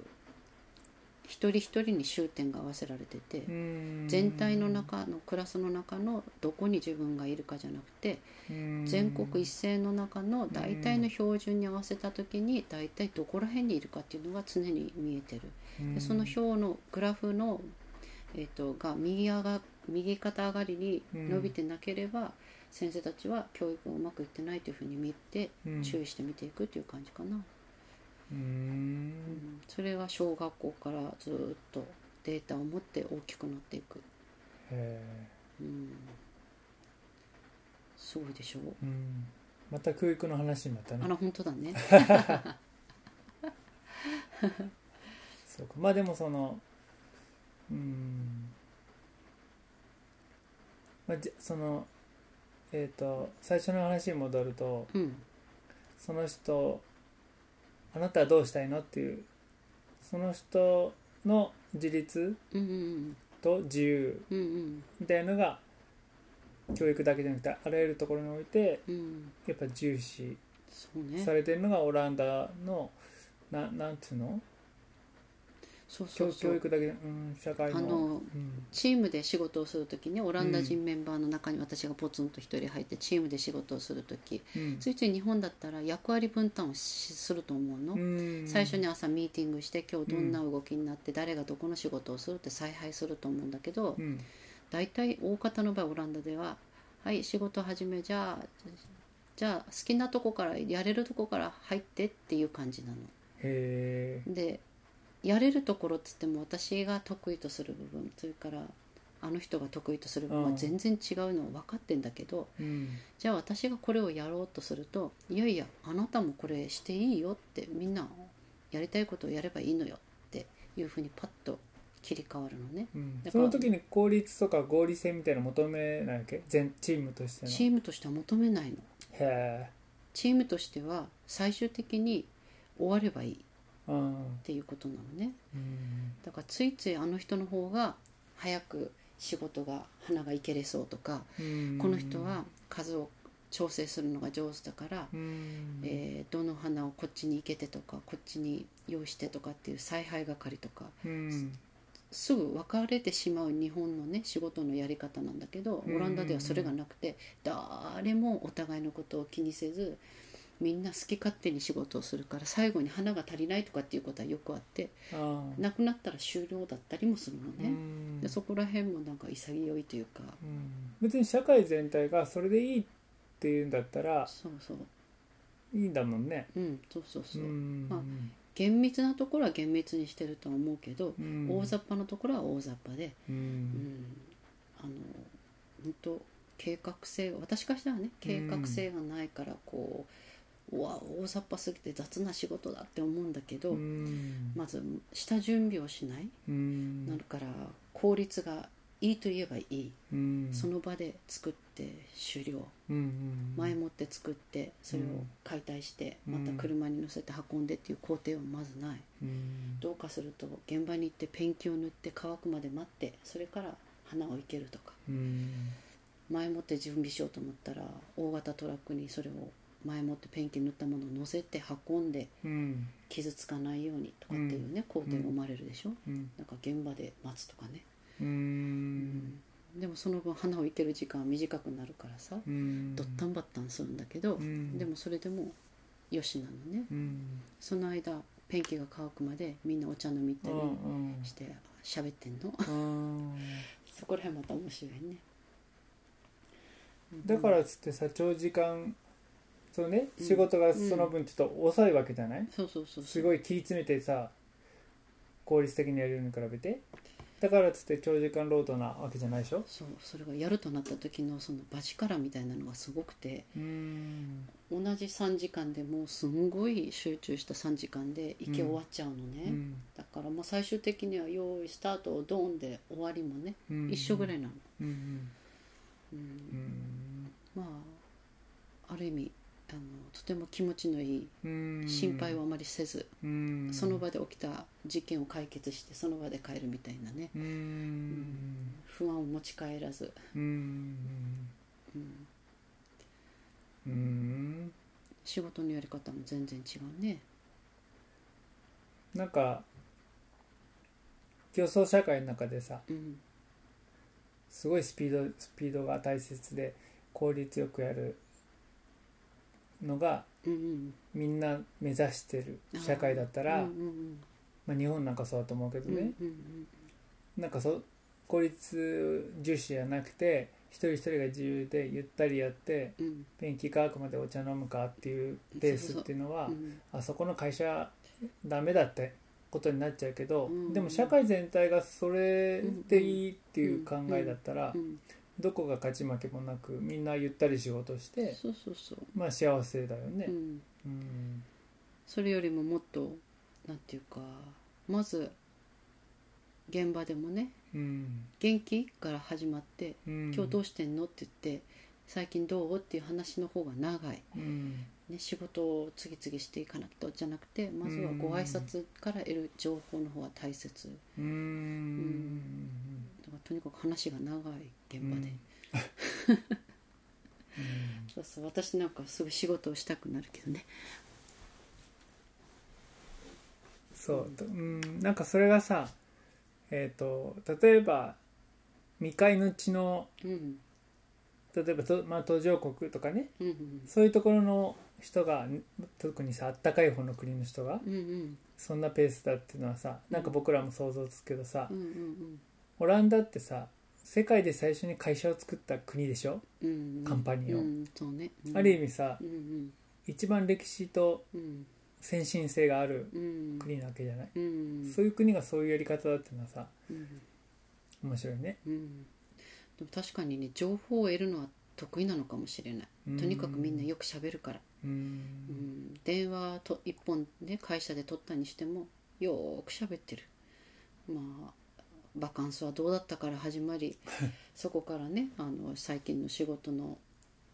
[SPEAKER 2] 一人一人に終点が合わせられてて
[SPEAKER 1] うん
[SPEAKER 2] 全体の中のクラスの中のどこに自分がいるかじゃなくて
[SPEAKER 1] うん
[SPEAKER 2] 全国一斉の中の大体の標準に合わせた時に大体どこら辺にいるかっていうのが常に見えてる、
[SPEAKER 1] うん
[SPEAKER 2] でその表のグラフの、えー、とが右上が右肩上がりに伸びてなければ、先生たちは教育がうまくいってないというふうに見て
[SPEAKER 1] うん
[SPEAKER 2] 注意して見ていくっていう感じかな、
[SPEAKER 1] う
[SPEAKER 2] うんんそれが小学校からずっとデータを持って大きくなっていく、
[SPEAKER 1] へ
[SPEAKER 2] うん、すごいでしょ
[SPEAKER 1] ーうんまた教育の話になった
[SPEAKER 2] あ
[SPEAKER 1] ね
[SPEAKER 2] ら本当だね
[SPEAKER 1] そうかまあでもそのうんまあじそのえっ、と最初の話に戻ると
[SPEAKER 2] うん
[SPEAKER 1] その人あなたはどうしたいのっていうその人の自立
[SPEAKER 2] うんうん
[SPEAKER 1] と自由
[SPEAKER 2] うんうん
[SPEAKER 1] みたいのが教育だけじゃなくてあらゆるところにおいて
[SPEAKER 2] うんうん
[SPEAKER 1] やっぱ重視
[SPEAKER 2] そうね
[SPEAKER 1] されてるのがオランダのななんつうの
[SPEAKER 2] そうそ
[SPEAKER 1] 教
[SPEAKER 2] うそ
[SPEAKER 1] 教
[SPEAKER 2] う
[SPEAKER 1] 育だけじゃうん社会
[SPEAKER 2] あ
[SPEAKER 1] の
[SPEAKER 2] の
[SPEAKER 1] うん
[SPEAKER 2] チームで仕事をする時ねオランダ人メンバーの中に私がポツンと一人入ってチームで仕事をする時
[SPEAKER 1] うん
[SPEAKER 2] ついつい日本だったら役割分担をしすると思うの、
[SPEAKER 1] うん
[SPEAKER 2] 最初に朝ミーティングして今日どんな動きになって誰がどこの仕事をするって采配すると思うんだけど
[SPEAKER 1] うん
[SPEAKER 2] 大体大方の場合オランダでは「はい仕事始めじゃあじゃあ好きなとこからやれるとこから入って」っていう感じなの。
[SPEAKER 1] へえ
[SPEAKER 2] でやれるところっつっても私が得意とする部分それからあの人が得意とする部分
[SPEAKER 1] う
[SPEAKER 2] は
[SPEAKER 1] ん
[SPEAKER 2] 全然違うのは分かってんだけど、
[SPEAKER 1] うん
[SPEAKER 2] じゃあ私がこれをやろうとするといやいやあなたもこれしていいよってみんなやりたいことをやればいいのよっていうふうにパッと切り替わるのね
[SPEAKER 1] うん
[SPEAKER 2] だか
[SPEAKER 1] そ
[SPEAKER 2] ら
[SPEAKER 1] の時に効率とか合理性みたいなの求めないわけ全チームとしての
[SPEAKER 2] チームとしては求めないの
[SPEAKER 1] へえ
[SPEAKER 2] チームとしては最終的に終わればいいっ
[SPEAKER 1] うん
[SPEAKER 2] ていうことなのね
[SPEAKER 1] うん
[SPEAKER 2] だからついついあの人の方が早く仕事が花がいけれそうとか、
[SPEAKER 1] うん
[SPEAKER 2] この人は数を調整するのが上手だから、
[SPEAKER 1] うん
[SPEAKER 2] えーどの花をこっちに生けてとかこっちに用意してとかっていう采配係とか
[SPEAKER 1] うん
[SPEAKER 2] すぐ別れてしまう日本のね仕事のやり方なんだけど
[SPEAKER 1] うん
[SPEAKER 2] オランダではそれがなくて誰もお互いのことを気にせずみんな好き勝手に仕事をするから最後に花が足りないとかっていうことはよくあって
[SPEAKER 1] ああ
[SPEAKER 2] なくなったら終了だったりもするの
[SPEAKER 1] う
[SPEAKER 2] ね。
[SPEAKER 1] ん
[SPEAKER 2] でそこら辺もなんか潔いというか
[SPEAKER 1] うん別に社会全体がそれでいいっていうんだったら
[SPEAKER 2] そうそう
[SPEAKER 1] いいんだもんね
[SPEAKER 2] うんそうそうそうう、
[SPEAKER 1] ん
[SPEAKER 2] まあ厳密なところは厳密にしてるとは思うけど、
[SPEAKER 1] うん
[SPEAKER 2] 大雑把なところは大雑把で
[SPEAKER 1] う
[SPEAKER 2] うんんあの本当計画性私からしたらね計画性がないからこう,、うわ大雑把すぎて雑な仕事だって思うんだけど、
[SPEAKER 1] うん
[SPEAKER 2] まず下準備をしない、
[SPEAKER 1] うん
[SPEAKER 2] なるから効率がいいといえばいい、
[SPEAKER 1] うん
[SPEAKER 2] その場で作って終了、
[SPEAKER 1] うんうん
[SPEAKER 2] 前もって作ってそれを解体して、
[SPEAKER 1] うん
[SPEAKER 2] また車に乗せて運んでっていう工程はまずない、
[SPEAKER 1] うん
[SPEAKER 2] どうかすると現場に行ってペンキを塗って乾くまで待ってそれから花を生けるとか
[SPEAKER 1] うん
[SPEAKER 2] 前もって準備しようと思ったら大型トラックにそれを前もってペンキ塗ったものを乗せて運んで
[SPEAKER 1] うん
[SPEAKER 2] 傷つかないようにとかっていうね、工程が生まれるでしょ、
[SPEAKER 1] うん
[SPEAKER 2] なんか現場で待つとかね、
[SPEAKER 1] うん
[SPEAKER 2] でもその分花を生ける時間は短くなるからさ、
[SPEAKER 1] うん
[SPEAKER 2] ドッタンバッタンするんだけど、
[SPEAKER 1] うん
[SPEAKER 2] でもそれでもよしなのね
[SPEAKER 1] うん
[SPEAKER 2] その間ペンキが乾くまでみんなお茶飲み行った
[SPEAKER 1] うん
[SPEAKER 2] り
[SPEAKER 1] うん
[SPEAKER 2] して喋ってんの
[SPEAKER 1] うん
[SPEAKER 2] そこら辺また面白いね
[SPEAKER 1] だからっつってさ長時間そのね
[SPEAKER 2] うん
[SPEAKER 1] 仕事がその分ちょっと遅いわけじゃない
[SPEAKER 2] そうそうそうそう
[SPEAKER 1] すごい気詰めてさ効率的にやるのに比べてだからっつって長時間労働なわけじゃないでしょ
[SPEAKER 2] そうそれがやるとなった時のそのバチカラみたいなのがすごくて
[SPEAKER 1] うん
[SPEAKER 2] 同じ3時間でもすんごい集中した3時間で行き終わっちゃうのね、
[SPEAKER 1] うん
[SPEAKER 2] だからもう最終的には用意スタートをドーンで終わりもね、
[SPEAKER 1] うん
[SPEAKER 2] 一緒ぐらいなの、
[SPEAKER 1] うんう
[SPEAKER 2] う
[SPEAKER 1] んん
[SPEAKER 2] まあある意味あのとても気持ちのい
[SPEAKER 1] うん
[SPEAKER 2] い心配はあまりせず、
[SPEAKER 1] うん
[SPEAKER 2] その場で起きた事件を解決してその場で帰るみたいなね
[SPEAKER 1] うん
[SPEAKER 2] 不安を持ち帰らず、
[SPEAKER 1] うん
[SPEAKER 2] うん、
[SPEAKER 1] うん
[SPEAKER 2] 仕事のやり方も全然違うね
[SPEAKER 1] なんか競争社会の中でさ
[SPEAKER 2] うん
[SPEAKER 1] すごいスピードスピードが大切で効率よくやるのが
[SPEAKER 2] うんうん
[SPEAKER 1] みんな目指してる社会だったら
[SPEAKER 2] うんうん
[SPEAKER 1] まあ、日本なんかそうだと思うけど
[SPEAKER 2] うん
[SPEAKER 1] ね、
[SPEAKER 2] うんうん
[SPEAKER 1] なんかそう効率重視じゃなくて一人一人が自由でゆったりやって
[SPEAKER 2] うんうん
[SPEAKER 1] ペンキ乾くまでお茶飲むかっていうベースっていうのは
[SPEAKER 2] うん
[SPEAKER 1] あそこの会社ダメだってことになっちゃうけど、
[SPEAKER 2] うん
[SPEAKER 1] でも社会全体がそれでいいっていう考えだったら、
[SPEAKER 2] うん
[SPEAKER 1] どこが勝ち負けもなくみんなゆったり仕事して、
[SPEAKER 2] そうそうそう、
[SPEAKER 1] まあ、幸せだよね
[SPEAKER 2] う。ん、
[SPEAKER 1] うん
[SPEAKER 2] それよりももっとなんていうかまず現場でもね
[SPEAKER 1] うん
[SPEAKER 2] 元気から始まって
[SPEAKER 1] うん
[SPEAKER 2] 「今日どうしてんの?」って言って「最近どう?」っていう話の方が長い、
[SPEAKER 1] うん
[SPEAKER 2] ね、仕事を次々していかなくとじゃなくてまずはご挨拶から得る情報の方が大切
[SPEAKER 1] うんうん
[SPEAKER 2] だからとにかく話が長い現場で、そうそう私なんかすぐ仕事をしたくなるけどね
[SPEAKER 1] そう、とうん、なんかそれがさえっ、と例えば未開の地の
[SPEAKER 2] うん
[SPEAKER 1] 例えばと、まあ、途上国とかね
[SPEAKER 2] うんうん
[SPEAKER 1] そういうところの人が特にさあったかい方の国の人が
[SPEAKER 2] うんうん
[SPEAKER 1] そんなペースだっていうのはさなんか僕らも想像つくけどさ、
[SPEAKER 2] うんうん
[SPEAKER 1] オランダってさ世界で最初に会社を作った国でしょ、
[SPEAKER 2] うんうん
[SPEAKER 1] カンパニーを
[SPEAKER 2] うんそうねうん
[SPEAKER 1] ある意味さ
[SPEAKER 2] うん
[SPEAKER 1] 一番歴史と
[SPEAKER 2] うんうん
[SPEAKER 1] 先進性がある
[SPEAKER 2] うん
[SPEAKER 1] 国なわけじゃない、
[SPEAKER 2] うん
[SPEAKER 1] そういう国がそういうやり方だっていうのはさ
[SPEAKER 2] うん
[SPEAKER 1] 面白いね
[SPEAKER 2] うんでも確かにね情報を得るのは得意なのかもしれない
[SPEAKER 1] うん
[SPEAKER 2] とにかくみんなよく喋るから、
[SPEAKER 1] う
[SPEAKER 2] うんん、電話と一本ね会社で取ったにしてもよーく喋ってるまあバカンスはどうだったから始ま りそこからねあの最近の仕事の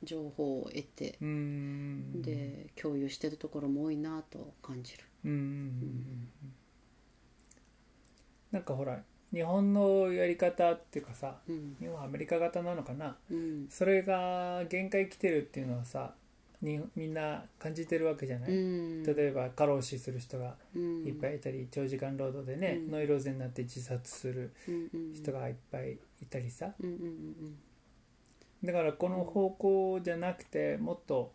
[SPEAKER 2] 情報を得て
[SPEAKER 1] うん
[SPEAKER 2] で共有してるところも多いなと感じる
[SPEAKER 1] うんうんうんうんなんかほら日本のやり方っていうかさ
[SPEAKER 2] うん
[SPEAKER 1] 日本はアメリカ型なのかな
[SPEAKER 2] うん
[SPEAKER 1] それが限界来てるっていうのはさにみんな感じてるわけじゃない、
[SPEAKER 2] うん
[SPEAKER 1] 例えば過労死する人が
[SPEAKER 2] うん
[SPEAKER 1] いっぱいいたり、長時間労働でね、
[SPEAKER 2] うん
[SPEAKER 1] ノイローゼになって自殺する
[SPEAKER 2] うんうん
[SPEAKER 1] 人がいっぱいいたりさ
[SPEAKER 2] うんうんうん
[SPEAKER 1] だからこの方向じゃなくてもっと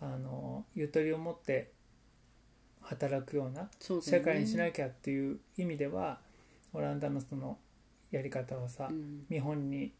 [SPEAKER 1] あのゆとりを持って働くような
[SPEAKER 2] そうだ
[SPEAKER 1] 社
[SPEAKER 2] よね
[SPEAKER 1] 会にしなきゃっていう意味では、オランダのそのやり方はさ、
[SPEAKER 2] うん
[SPEAKER 1] 見本に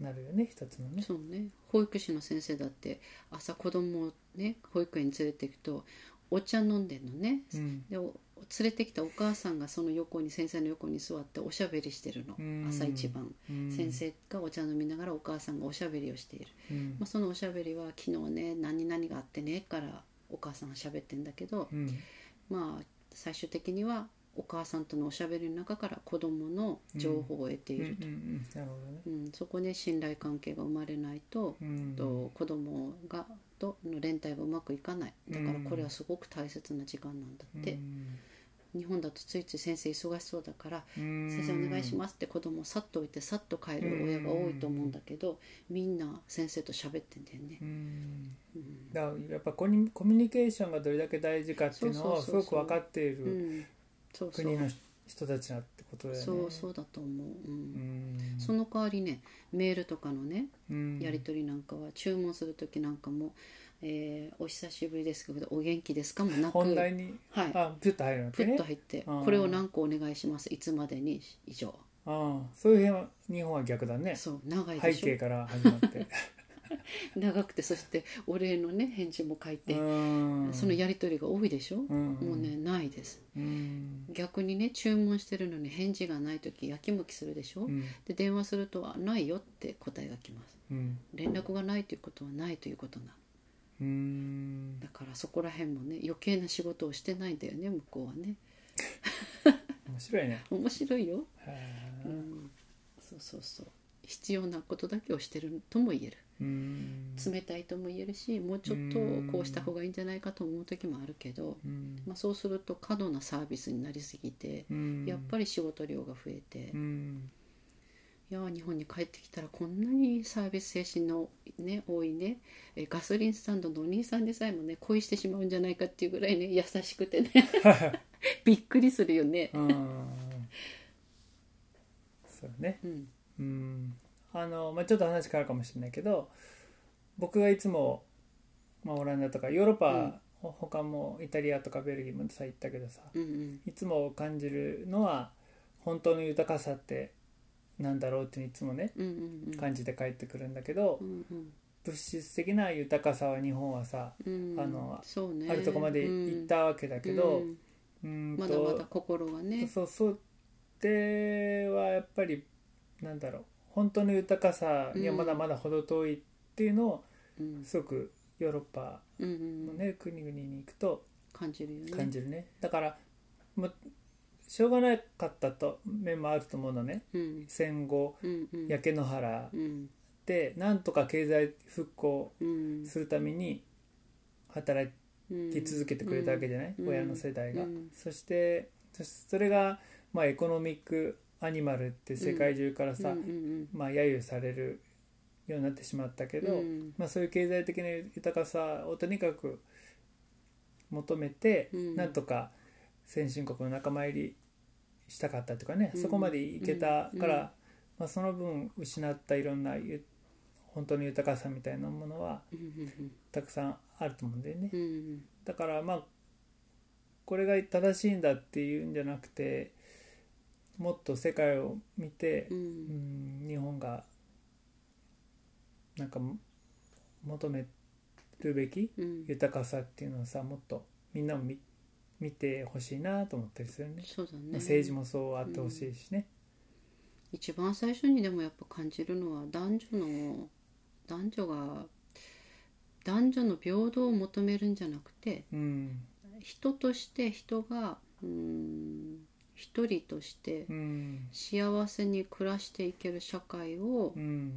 [SPEAKER 1] なるよね一つのね。
[SPEAKER 2] そうね保育士の先生だって朝子供をね保育園に連れて行くとお茶飲んでんのね、
[SPEAKER 1] うん
[SPEAKER 2] でお連れてきたお母さんがその横に先生の横に座っておしゃべりしてるの、
[SPEAKER 1] うん
[SPEAKER 2] 朝一番、
[SPEAKER 1] うん
[SPEAKER 2] 先生がお茶飲みながらお母さんがおしゃべりをしている、
[SPEAKER 1] うん
[SPEAKER 2] まあ、そのおしゃべりは昨日ね何々があってねからお母さんがしゃべってんだけど、
[SPEAKER 1] うん
[SPEAKER 2] まあ最終的にはお母さんとのおしゃべりの中から子供の情報を得ていると、
[SPEAKER 1] うんうんうんなるほどね。
[SPEAKER 2] うんそこで信頼関係が生まれないと,、
[SPEAKER 1] うん
[SPEAKER 2] と子供がとの連帯がうまくいかないだから
[SPEAKER 1] うん
[SPEAKER 2] これはすごく大切な時間なんだって
[SPEAKER 1] う、ん
[SPEAKER 2] 日本だとついつい先生忙しそうだから
[SPEAKER 1] うん
[SPEAKER 2] 先生お願いしますって子供をさっと置いてさっと帰る親が多いと思うんだけどみんな先生と喋ってんだよね
[SPEAKER 1] う。ん
[SPEAKER 2] うん
[SPEAKER 1] だからやっぱコミコミュニケーションがどれだけ大事かっていうのは
[SPEAKER 2] そう
[SPEAKER 1] す
[SPEAKER 2] そうそうそう
[SPEAKER 1] ごく分かっている
[SPEAKER 2] うんそうそう
[SPEAKER 1] 国の人たちだってことだよね。
[SPEAKER 2] そうそうだと思う、う
[SPEAKER 1] うんん
[SPEAKER 2] その代わりねメールとかのね
[SPEAKER 1] うん
[SPEAKER 2] やり取りなんかは注文する時なんかも、えーお久しぶりですけどお元気ですかもなく
[SPEAKER 1] 本題に、
[SPEAKER 2] はい
[SPEAKER 1] あピュッと入るわ
[SPEAKER 2] プ
[SPEAKER 1] け
[SPEAKER 2] ッ
[SPEAKER 1] ね
[SPEAKER 2] と。入って
[SPEAKER 1] あー
[SPEAKER 2] これを何個お願いしますいつまでに以上
[SPEAKER 1] ああそういう辺は日本は逆だね。
[SPEAKER 2] そう長いで
[SPEAKER 1] 背
[SPEAKER 2] し
[SPEAKER 1] 景
[SPEAKER 2] ょ
[SPEAKER 1] から始まって。
[SPEAKER 2] 長くてそしてお礼のね返事も書いて
[SPEAKER 1] うん
[SPEAKER 2] そのやり取りが多いでしょ
[SPEAKER 1] うん
[SPEAKER 2] もうねないです
[SPEAKER 1] うん
[SPEAKER 2] 逆にね注文してるのに返事がない時やきもきするでしょ、
[SPEAKER 1] うん
[SPEAKER 2] で電話するとあ「ないよ」って答えが来ます
[SPEAKER 1] うん
[SPEAKER 2] 連絡がないということはないということなの
[SPEAKER 1] うん
[SPEAKER 2] だからそこら辺もね余計な仕事をしてないんだよね向こうはね
[SPEAKER 1] 面白いね。
[SPEAKER 2] 面白いよ、
[SPEAKER 1] へ
[SPEAKER 2] う
[SPEAKER 1] え
[SPEAKER 2] ん、そうそうそう必要なことだけをしてるとも言える
[SPEAKER 1] うん
[SPEAKER 2] 冷たいとも言えるしもうちょっとこうした方がいいんじゃないかと思う時もあるけど、
[SPEAKER 1] うん
[SPEAKER 2] まあ、そうすると過度なサービスになりすぎて
[SPEAKER 1] うん
[SPEAKER 2] やっぱり仕事量が増えて、
[SPEAKER 1] うん
[SPEAKER 2] いやー日本に帰ってきたらこんなにサービス精神の、ね、多いねえーガソリンスタンドのお兄さんでさえもね恋してしまうんじゃないかっていうぐらいね優 しく てねびっくりするよね。
[SPEAKER 1] うんそうね。
[SPEAKER 2] うん
[SPEAKER 1] うんあのまあちょっと話変わるかもしれないけど、僕がいつもまあオランダとかヨーロッパ、他もイタリアとかベルギーもさ行ったけどさ、
[SPEAKER 2] うんうん
[SPEAKER 1] いつも感じるのは本当の豊かさってなんだろうっていつもね
[SPEAKER 2] うんうんうん
[SPEAKER 1] 感じて帰ってくるんだけど、
[SPEAKER 2] うんうん
[SPEAKER 1] 物質的な豊かさは日本はさ、
[SPEAKER 2] うん
[SPEAKER 1] あの
[SPEAKER 2] そうね
[SPEAKER 1] あるとこまで行っ
[SPEAKER 2] うん
[SPEAKER 1] たわけだけど、
[SPEAKER 2] うん
[SPEAKER 1] うーんと
[SPEAKER 2] まだまだ心がね
[SPEAKER 1] そうそうではやっぱりなんだろう本当の豊かさにはまだまだ程遠いっていうのを
[SPEAKER 2] うん
[SPEAKER 1] すごくヨーロッパ
[SPEAKER 2] うんう
[SPEAKER 1] の
[SPEAKER 2] ん
[SPEAKER 1] ね、国々に行くと
[SPEAKER 2] 感じるよね
[SPEAKER 1] 感じるねだから、ま、しょうがなかったと面もあると思うのね
[SPEAKER 2] うん
[SPEAKER 1] 戦後
[SPEAKER 2] うんうん
[SPEAKER 1] 焼け野原
[SPEAKER 2] うん
[SPEAKER 1] でなんとか経済復興
[SPEAKER 2] うん
[SPEAKER 1] するために働き続けてくれたわけじゃない、
[SPEAKER 2] うん
[SPEAKER 1] 親の世代が、
[SPEAKER 2] うん
[SPEAKER 1] そしてそそれが、まあ、エコノミックアニマルって世界中からさ、
[SPEAKER 2] うんうん
[SPEAKER 1] まあ、揶揄されるようになってしまったけ
[SPEAKER 2] うん
[SPEAKER 1] ど、
[SPEAKER 2] うん
[SPEAKER 1] まあ、そういう経済的な豊かさをとにかく求めて、
[SPEAKER 2] うん
[SPEAKER 1] なんとか先進国の仲間入りしたかったというかね、
[SPEAKER 2] うん
[SPEAKER 1] そこまでいけたから、
[SPEAKER 2] うん
[SPEAKER 1] まあ、その分失ったいろんなゆ本当の豊かさみたいなものは
[SPEAKER 2] うんうん
[SPEAKER 1] たくさんあると思うんだよね。
[SPEAKER 2] うんうん
[SPEAKER 1] だからまあこれが正しいんだっていうんじゃなくてもっと世界を見て
[SPEAKER 2] う、
[SPEAKER 1] うんん、日本がなんかも求めるべき
[SPEAKER 2] うん
[SPEAKER 1] 豊かさっていうのをさもっとみんなも見見てほしいなと思ったりするね
[SPEAKER 2] そうだね
[SPEAKER 1] 政治もそうあってほしいしね。
[SPEAKER 2] 一番最初にでもやっぱ感じるのは男女の男女が男女の平等を求めるんじゃなくて
[SPEAKER 1] うん、
[SPEAKER 2] 人として人がうーん一人として
[SPEAKER 1] うん、
[SPEAKER 2] 幸せに暮らしていける社会を
[SPEAKER 1] うん、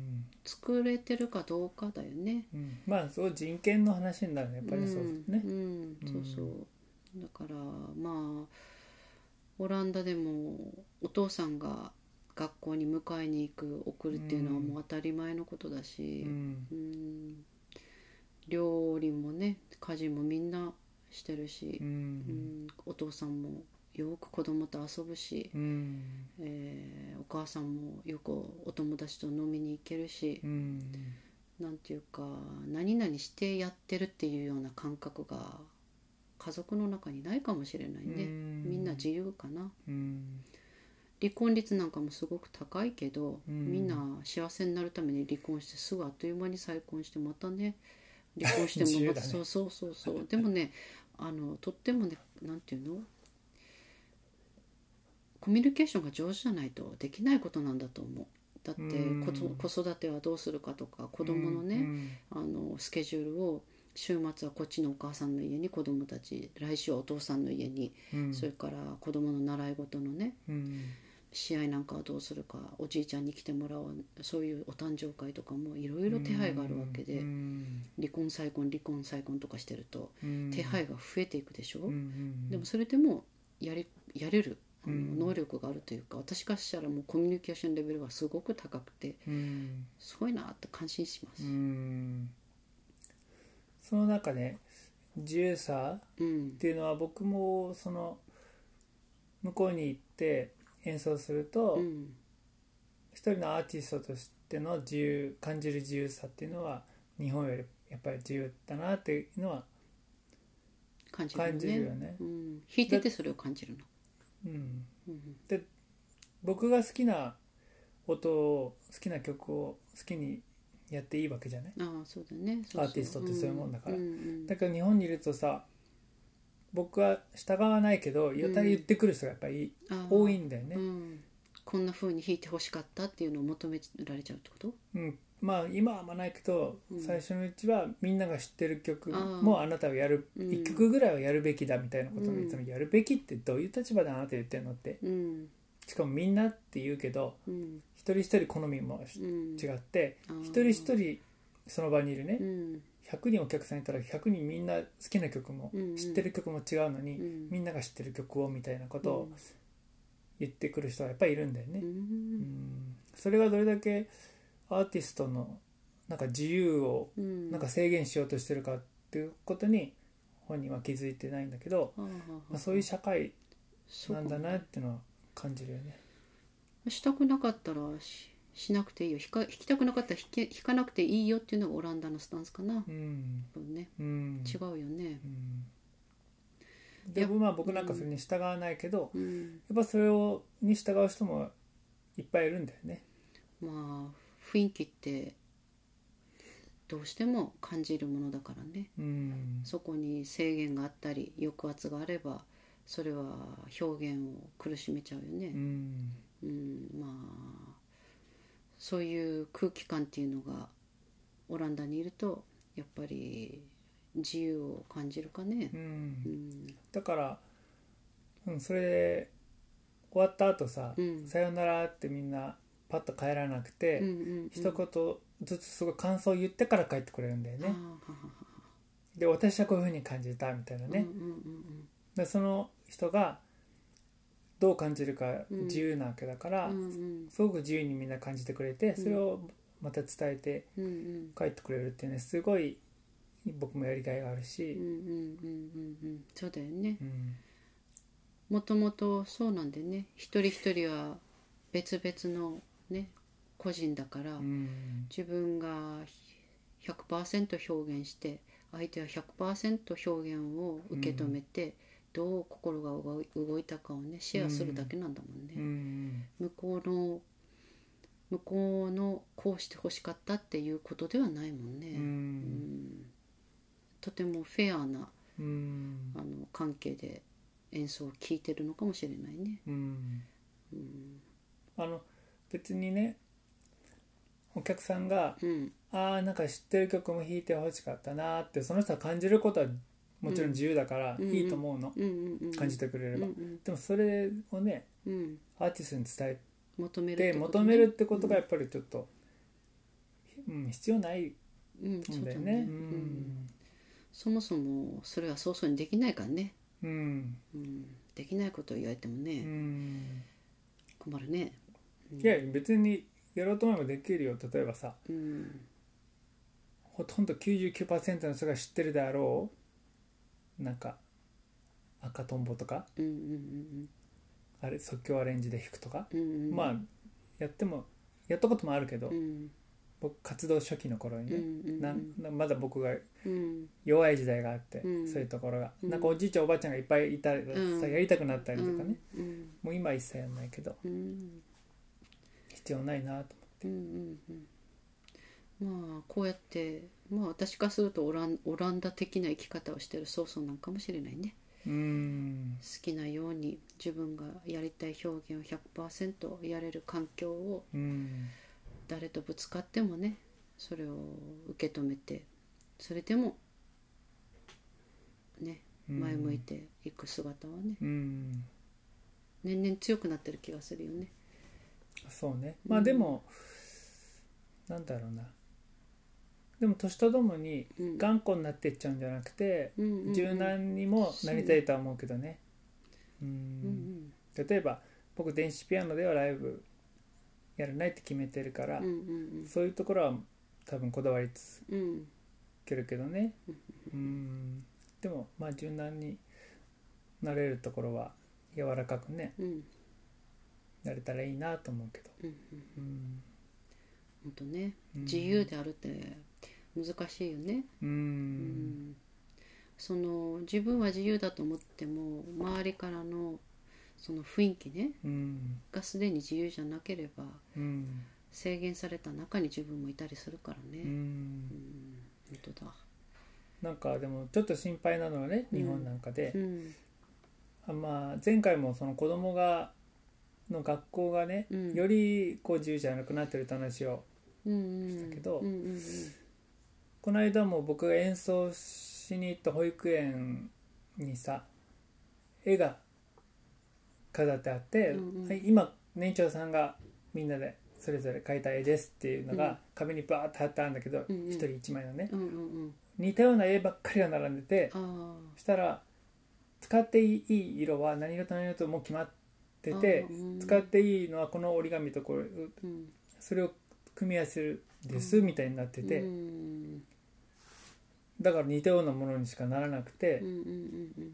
[SPEAKER 2] 作れてるかどうかだよね。
[SPEAKER 1] うん、まあそう人権の話になるねやっぱりそうですね
[SPEAKER 2] う。んうん、そうそうだからまあオランダでもお父さんが学校に迎えに行く送るっていうのは
[SPEAKER 1] うん
[SPEAKER 2] もう当たり前のことだし、
[SPEAKER 1] うん
[SPEAKER 2] うん料理もね家事もみんなしてるし
[SPEAKER 1] う、
[SPEAKER 2] うんんお父さんもよく子供と遊ぶし、
[SPEAKER 1] うん
[SPEAKER 2] えーお母さんもよくお友達と飲みに行けるし
[SPEAKER 1] う、ん
[SPEAKER 2] なんていうか何々してやってるっていうような感覚が家族の中にないかもしれないね、みんな自由かな
[SPEAKER 1] うん
[SPEAKER 2] 離婚率なんかもすごく高いけど、
[SPEAKER 1] うん
[SPEAKER 2] みんな幸せになるために離婚してすぐあっという間に再婚してまたね離婚して
[SPEAKER 1] 自
[SPEAKER 2] も
[SPEAKER 1] 由
[SPEAKER 2] ま
[SPEAKER 1] だ
[SPEAKER 2] た、
[SPEAKER 1] ね
[SPEAKER 2] そうそうそうそうでもねあのとってもねなんていうのコミュニケーションが上手じゃないとできないことなんだと思うだって
[SPEAKER 1] うん
[SPEAKER 2] こと子育てはどうするかとか子供のね、
[SPEAKER 1] うん
[SPEAKER 2] あのスケジュールを週末はこっちのお母さんの家に子供たち来週はお父さんの家に、
[SPEAKER 1] うん
[SPEAKER 2] それから子供の習い事のね
[SPEAKER 1] うん
[SPEAKER 2] 試合なんかはどうするかおじいちゃんに来てもらおうそういうお誕生会とかもいろいろ手配があるわけで、
[SPEAKER 1] うん
[SPEAKER 2] 離婚再婚離婚再婚とかしてると
[SPEAKER 1] うん
[SPEAKER 2] 手配が増えていくでしょ、
[SPEAKER 1] うんうん
[SPEAKER 2] でもそれでもやれやれるあの
[SPEAKER 1] うん
[SPEAKER 2] 能力があるというか私からしたらもうコミュニケーションレベルがすごく高くて
[SPEAKER 1] うん
[SPEAKER 2] すごいなって感心しま
[SPEAKER 1] う
[SPEAKER 2] す。
[SPEAKER 1] んその中で自由さ
[SPEAKER 2] うん
[SPEAKER 1] っ、ていうのは僕もその向こうに行って演奏すると
[SPEAKER 2] うん
[SPEAKER 1] 一人のアーティストとしての自由感じる自由さっていうのは日本よりやっぱり自由だなっていうのは
[SPEAKER 2] 感じるよ
[SPEAKER 1] 感じる
[SPEAKER 2] ね
[SPEAKER 1] よね
[SPEAKER 2] う。ん、弾いててそれを感じるの。
[SPEAKER 1] うん、
[SPEAKER 2] うん
[SPEAKER 1] 僕が好きな音を好きな曲を好きにやっていいわけじゃない
[SPEAKER 2] ああそうだねそうそう
[SPEAKER 1] アーティストってそういうもんだから
[SPEAKER 2] うんうん
[SPEAKER 1] だから日本にいるとさ僕は従わないけどやたら言ってくる人がやっぱり
[SPEAKER 2] ああ
[SPEAKER 1] 多いんだよね
[SPEAKER 2] う、ん、こんな風に弾いてほしかったっていうのを求められちゃうってこと
[SPEAKER 1] うん、まあ今はあんまないけど、
[SPEAKER 2] うん
[SPEAKER 1] 最初のうちはみんなが知ってる曲
[SPEAKER 2] ああ
[SPEAKER 1] もあなたはやる、
[SPEAKER 2] うん
[SPEAKER 1] 1曲ぐらいはやるべきだみたいなことを
[SPEAKER 2] うん
[SPEAKER 1] いつもやるべきってどういう立場であなた言ってるのって
[SPEAKER 2] うん
[SPEAKER 1] しかもみんなって言うけど
[SPEAKER 2] うん
[SPEAKER 1] 一人一人好みもし
[SPEAKER 2] うん
[SPEAKER 1] 違って、
[SPEAKER 2] あー
[SPEAKER 1] 一人一人その場にいるね、
[SPEAKER 2] うん
[SPEAKER 1] 100人お客さんいたら100人みんな好きな曲も、
[SPEAKER 2] うんうん
[SPEAKER 1] 知ってる曲も違うのに、
[SPEAKER 2] うん
[SPEAKER 1] みんなが知ってる曲をみたいなことを言ってくる人はやっぱりいるんだよね
[SPEAKER 2] う、
[SPEAKER 1] うん
[SPEAKER 2] ん
[SPEAKER 1] それがどれだけアーティストのなんか自由を
[SPEAKER 2] うん
[SPEAKER 1] なんか制限しようとしてるかっていうことに本人は気づいてないんだけど、
[SPEAKER 2] ああ
[SPEAKER 1] まあ、そういう社会
[SPEAKER 2] そう
[SPEAKER 1] な
[SPEAKER 2] か
[SPEAKER 1] んだなっていうのは感じるよね。
[SPEAKER 2] したくなかったらししなくていいよ弾か弾きたくなかったら弾け弾かなくていいよっていうのがオランダのスタンスかな、
[SPEAKER 1] うん
[SPEAKER 2] 多分ね、
[SPEAKER 1] うん
[SPEAKER 2] 違うよね
[SPEAKER 1] うん
[SPEAKER 2] い
[SPEAKER 1] で
[SPEAKER 2] や
[SPEAKER 1] まあ僕なんかそれに従わないけど、
[SPEAKER 2] うん
[SPEAKER 1] やっぱそれをに従う人もいっぱいいるんだよね。
[SPEAKER 2] まあ雰囲気ってどうしても感じるものだからね
[SPEAKER 1] うん、
[SPEAKER 2] そこに制限があったり抑圧があればそれは表現を苦しめちゃうよ
[SPEAKER 1] う
[SPEAKER 2] ね、
[SPEAKER 1] ん、
[SPEAKER 2] うんまあそういう空気感っていうのがオランダにいるとやっぱり自由を感じるかね
[SPEAKER 1] う、、
[SPEAKER 2] うんん
[SPEAKER 1] だから、うん、それで終わった後さ、
[SPEAKER 2] うん
[SPEAKER 1] さよならってみんなパッと帰らなくて、
[SPEAKER 2] うんうん
[SPEAKER 1] 一言ずつすごい感想を言ってから帰ってくれるんだよ
[SPEAKER 2] あ
[SPEAKER 1] ね
[SPEAKER 2] ーは。はは
[SPEAKER 1] で私はこういう風に感じたみたいな
[SPEAKER 2] は
[SPEAKER 1] ね。
[SPEAKER 2] うんうんうん
[SPEAKER 1] でその人がどう感じるか
[SPEAKER 2] うん
[SPEAKER 1] 自由なわけだから、
[SPEAKER 2] うんうん
[SPEAKER 1] すごく自由にみんな感じてくれてそれをまた伝えて
[SPEAKER 2] うんうん
[SPEAKER 1] 帰ってくれるっていうねすごい僕もやりがいがある
[SPEAKER 2] うんう
[SPEAKER 1] し、
[SPEAKER 2] んうんうんうんそうだよね
[SPEAKER 1] うん
[SPEAKER 2] もともとそうなんでね一人一人は別々のね個人だから、
[SPEAKER 1] うん
[SPEAKER 2] 自分が100%表現して相手は100%表現を受け止めて、どう心が動い動いたかをねシェアするだけなんだもん
[SPEAKER 1] う
[SPEAKER 2] ね、
[SPEAKER 1] ん
[SPEAKER 2] 向こうの向こうのこうしてほしかったっていうことではないもんね、
[SPEAKER 1] う
[SPEAKER 2] うんんとてもフェアな
[SPEAKER 1] うん
[SPEAKER 2] あの関係で演奏を聴いてるのかもしれないね。
[SPEAKER 1] うん
[SPEAKER 2] うん
[SPEAKER 1] あの別にねお客さんが
[SPEAKER 2] うん
[SPEAKER 1] 「あーなんか知ってる曲も弾いてほしかったな」ってその人が感じることはもちろん自由だから
[SPEAKER 2] うん
[SPEAKER 1] いいと思うの、
[SPEAKER 2] うんうんうん
[SPEAKER 1] 感じてくれれば、
[SPEAKER 2] うん
[SPEAKER 1] でもそれをね
[SPEAKER 2] うんうん
[SPEAKER 1] アーティストに伝
[SPEAKER 2] 求め
[SPEAKER 1] え
[SPEAKER 2] るっててこと
[SPEAKER 1] 求
[SPEAKER 2] ね
[SPEAKER 1] めるってことがやっぱりちょっと、うん必要ない
[SPEAKER 2] うんうんそうん
[SPEAKER 1] だ
[SPEAKER 2] だ
[SPEAKER 1] よ
[SPEAKER 2] よ
[SPEAKER 1] ね
[SPEAKER 2] ね、
[SPEAKER 1] う
[SPEAKER 2] うん
[SPEAKER 1] ん
[SPEAKER 2] そもそもそれは早々にできないからね、
[SPEAKER 1] うん
[SPEAKER 2] うん、できないことを言われてもね、
[SPEAKER 1] うん
[SPEAKER 2] 困るね、
[SPEAKER 1] いや別にやろうと思えばできるよ例えばさ
[SPEAKER 2] うん、
[SPEAKER 1] ほとんど99%の人が知ってるであろうなんか赤とんぼとか
[SPEAKER 2] うんうん
[SPEAKER 1] あれ即興アレンジで弾くとか、
[SPEAKER 2] うんうんうん
[SPEAKER 1] まあやってもやったこともあるけど、
[SPEAKER 2] うん
[SPEAKER 1] 僕活動初期の頃に
[SPEAKER 2] うんう
[SPEAKER 1] ね、
[SPEAKER 2] ん
[SPEAKER 1] ななまだ僕が
[SPEAKER 2] うん
[SPEAKER 1] 弱い時代があって、
[SPEAKER 2] うん
[SPEAKER 1] そういうところが、
[SPEAKER 2] うん
[SPEAKER 1] なんかおじいちゃんおばあちゃんがいっぱいいたらさ、
[SPEAKER 2] うん
[SPEAKER 1] やりたくなったりとかね、
[SPEAKER 2] うん
[SPEAKER 1] もう今は一切やんないけど
[SPEAKER 2] うん
[SPEAKER 1] 必要ないなと
[SPEAKER 2] うんうんうんまあこうやってまあ私からするとオランオランダ的な生き方をしてるソーソンなんかもしれないね
[SPEAKER 1] うーん
[SPEAKER 2] 好きなように自分がやりたい表現を100%やれる環境を
[SPEAKER 1] うん
[SPEAKER 2] 誰とぶつかってもねそれを受け止めてそれでもね
[SPEAKER 1] うん
[SPEAKER 2] 前向いていく姿はね
[SPEAKER 1] うん
[SPEAKER 2] 年々強くなってる気がするよね。
[SPEAKER 1] そうね
[SPEAKER 2] うん
[SPEAKER 1] まあでも、なんだろうなでも年とともに
[SPEAKER 2] うん
[SPEAKER 1] 頑固になっていっちゃうんじゃなくて、
[SPEAKER 2] うんうんうん
[SPEAKER 1] 柔軟にもなりたいとは思うけどねうん
[SPEAKER 2] うん
[SPEAKER 1] 例えば僕電子ピアノではライブやらないって決めてるから、
[SPEAKER 2] うんうん
[SPEAKER 1] そういうところは多分こだわり続
[SPEAKER 2] うんうん
[SPEAKER 1] けるけどねうんでもまあ柔軟になれるところは柔らかくね
[SPEAKER 2] うんうん
[SPEAKER 1] なれたらいいなと思うけど
[SPEAKER 2] うん
[SPEAKER 1] うん
[SPEAKER 2] 本当ね
[SPEAKER 1] うん
[SPEAKER 2] 自由であるって難しいよね。
[SPEAKER 1] う
[SPEAKER 2] うんんその自分は自由だと思っても周りからのその雰囲気ね
[SPEAKER 1] うん
[SPEAKER 2] がすでに自由じゃなければ
[SPEAKER 1] うん
[SPEAKER 2] 制限された中に自分もいたりするから
[SPEAKER 1] う
[SPEAKER 2] ね。うんん本当だ。
[SPEAKER 1] なんかでもちょっと心配なのはね
[SPEAKER 2] うん
[SPEAKER 1] 日本なんかで
[SPEAKER 2] う、ん
[SPEAKER 1] あまあ前回もその子供がの学校がね
[SPEAKER 2] うん
[SPEAKER 1] よりこう自由じゃなくなってるって話を
[SPEAKER 2] うんうん
[SPEAKER 1] したけど
[SPEAKER 2] うんうん
[SPEAKER 1] この間も僕が演奏しに行った保育園にさ絵が飾ってあって、
[SPEAKER 2] うんうん
[SPEAKER 1] はい、今年長さんがみんなでそれぞれ描いた絵ですっていうの
[SPEAKER 2] うん
[SPEAKER 1] が壁にバーって貼ってあるんだけど、
[SPEAKER 2] う
[SPEAKER 1] 一
[SPEAKER 2] んうん
[SPEAKER 1] 人一枚のね
[SPEAKER 2] うんうんうんうん
[SPEAKER 1] 似たような絵ばっかりが並んでて
[SPEAKER 2] あ
[SPEAKER 1] そしたら使っていい色は何色と何色ともう決まって
[SPEAKER 2] ー
[SPEAKER 1] て
[SPEAKER 2] あ、ーうん
[SPEAKER 1] 使っていいのはこの折り紙とこれ
[SPEAKER 2] うん
[SPEAKER 1] それを組み合わせるですみたいになってて。
[SPEAKER 2] うん
[SPEAKER 1] だから似たようなものにしかならなくて、
[SPEAKER 2] うんうんうんうん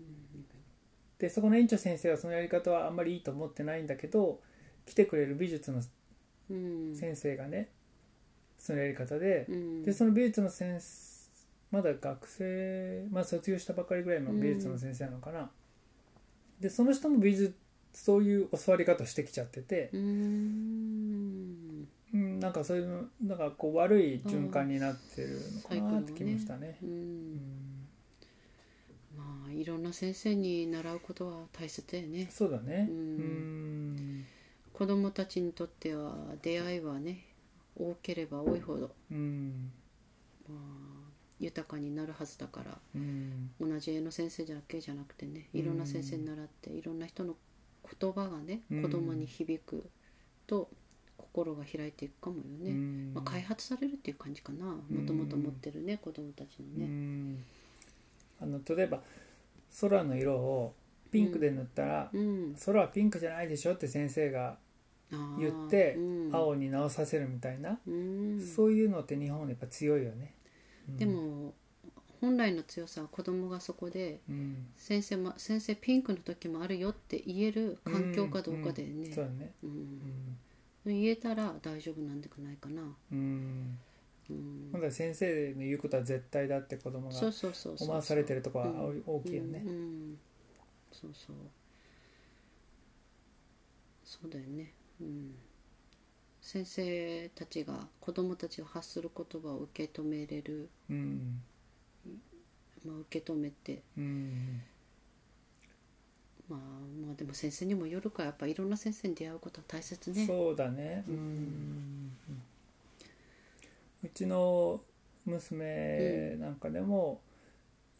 [SPEAKER 1] でそこの園長先生はそのやり方はあんまりいいと思ってないんだけど来てくれる美術の
[SPEAKER 2] うん
[SPEAKER 1] 先生がね、そのやり方で、
[SPEAKER 2] うん
[SPEAKER 1] でその美術の先生まだ学生まあ卒業したばかりぐらいの美術の先生なのかな、でその人も美術そういう教わり方してきちゃってて、
[SPEAKER 2] うーん
[SPEAKER 1] うん、なんかそういうのなんかこう悪い循環になってるのかなって
[SPEAKER 2] あーサイクルがね
[SPEAKER 1] 気もしたね。
[SPEAKER 2] う
[SPEAKER 1] うんん
[SPEAKER 2] まあいろんな先生に習うことは大切だよね
[SPEAKER 1] そうだね、
[SPEAKER 2] うん
[SPEAKER 1] うん
[SPEAKER 2] 子どもたちにとっては出会いはね多ければ多いほど、
[SPEAKER 1] うん
[SPEAKER 2] まあ、豊かになるはずだから
[SPEAKER 1] うん
[SPEAKER 2] 同じ絵の先生だけじゃなくてね
[SPEAKER 1] うん
[SPEAKER 2] いろんな先生に習っていろんな人の言葉がね
[SPEAKER 1] うん
[SPEAKER 2] 子どもに響くと心が開いていくかもよね、まあ、開発されるっていう感じかなも
[SPEAKER 1] うん
[SPEAKER 2] ともと持ってるね子どもたちの
[SPEAKER 1] う
[SPEAKER 2] ね、
[SPEAKER 1] んあの例えば空の色をピンクで塗ったら、
[SPEAKER 2] うん、
[SPEAKER 1] 空はピンクじゃないでしょって先生が
[SPEAKER 2] あー
[SPEAKER 1] 言って
[SPEAKER 2] うん
[SPEAKER 1] 青に直させるみたいな、
[SPEAKER 2] うん
[SPEAKER 1] そういうのって日本はやっぱ強いよね。うん
[SPEAKER 2] で、も本来の強さは子供がそこで
[SPEAKER 1] うん、
[SPEAKER 2] 先生,、ま、先生ピンクの時もあるよって言える環境かどうかだよね、
[SPEAKER 1] そうだね。
[SPEAKER 2] うん
[SPEAKER 1] うん
[SPEAKER 2] 言えたら大丈夫なんじゃないかな、
[SPEAKER 1] うん、
[SPEAKER 2] うん
[SPEAKER 1] ほんだら先生の言うことは絶対だって子供
[SPEAKER 2] そう
[SPEAKER 1] が
[SPEAKER 2] そうそうそう
[SPEAKER 1] 思わされてるとこは
[SPEAKER 2] う
[SPEAKER 1] 大きいよね
[SPEAKER 2] うん、。うんそうそうそうだよねうん先生たちが子供たちが発する言葉を受け止めれる、
[SPEAKER 1] うん
[SPEAKER 2] まあ、受け止めて
[SPEAKER 1] うん
[SPEAKER 2] まあまあでも先生にもよるからやっぱいろんな先生に出会うことは大切ね。
[SPEAKER 1] そうだね
[SPEAKER 2] うん
[SPEAKER 1] うちの娘なんかでも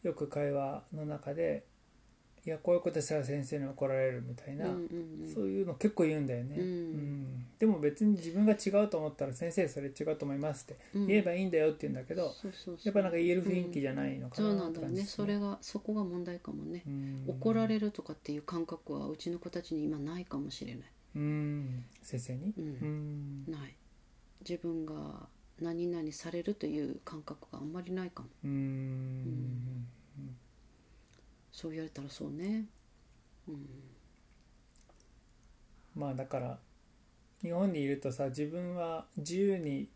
[SPEAKER 1] よく会話の中で「いやこういうことしたら先生に怒られる」みたいな、
[SPEAKER 2] うんうんうん
[SPEAKER 1] そういうの結構言うんだよね、
[SPEAKER 2] うん
[SPEAKER 1] んでも別に自分が違うと思ったら「先生それ違うと思います」って
[SPEAKER 2] うん
[SPEAKER 1] 言えばいいんだよって言うんだけど、
[SPEAKER 2] そうそうそう
[SPEAKER 1] やっぱなんか言える雰囲気じゃないのか
[SPEAKER 2] そうな
[SPEAKER 1] なんって
[SPEAKER 2] だよ
[SPEAKER 1] 感じ
[SPEAKER 2] ね
[SPEAKER 1] です
[SPEAKER 2] それがそこが問題かもね、
[SPEAKER 1] うん
[SPEAKER 2] 怒られるとかっていう感覚はうちの子たちに今ないかもしれない、
[SPEAKER 1] うん先生に
[SPEAKER 2] う
[SPEAKER 1] うんん
[SPEAKER 2] ない自分が何々されるという感覚があんまりないかも
[SPEAKER 1] うーん
[SPEAKER 2] そう言われたらそうねうん
[SPEAKER 1] まあだから日本にいるとさ自分は自由に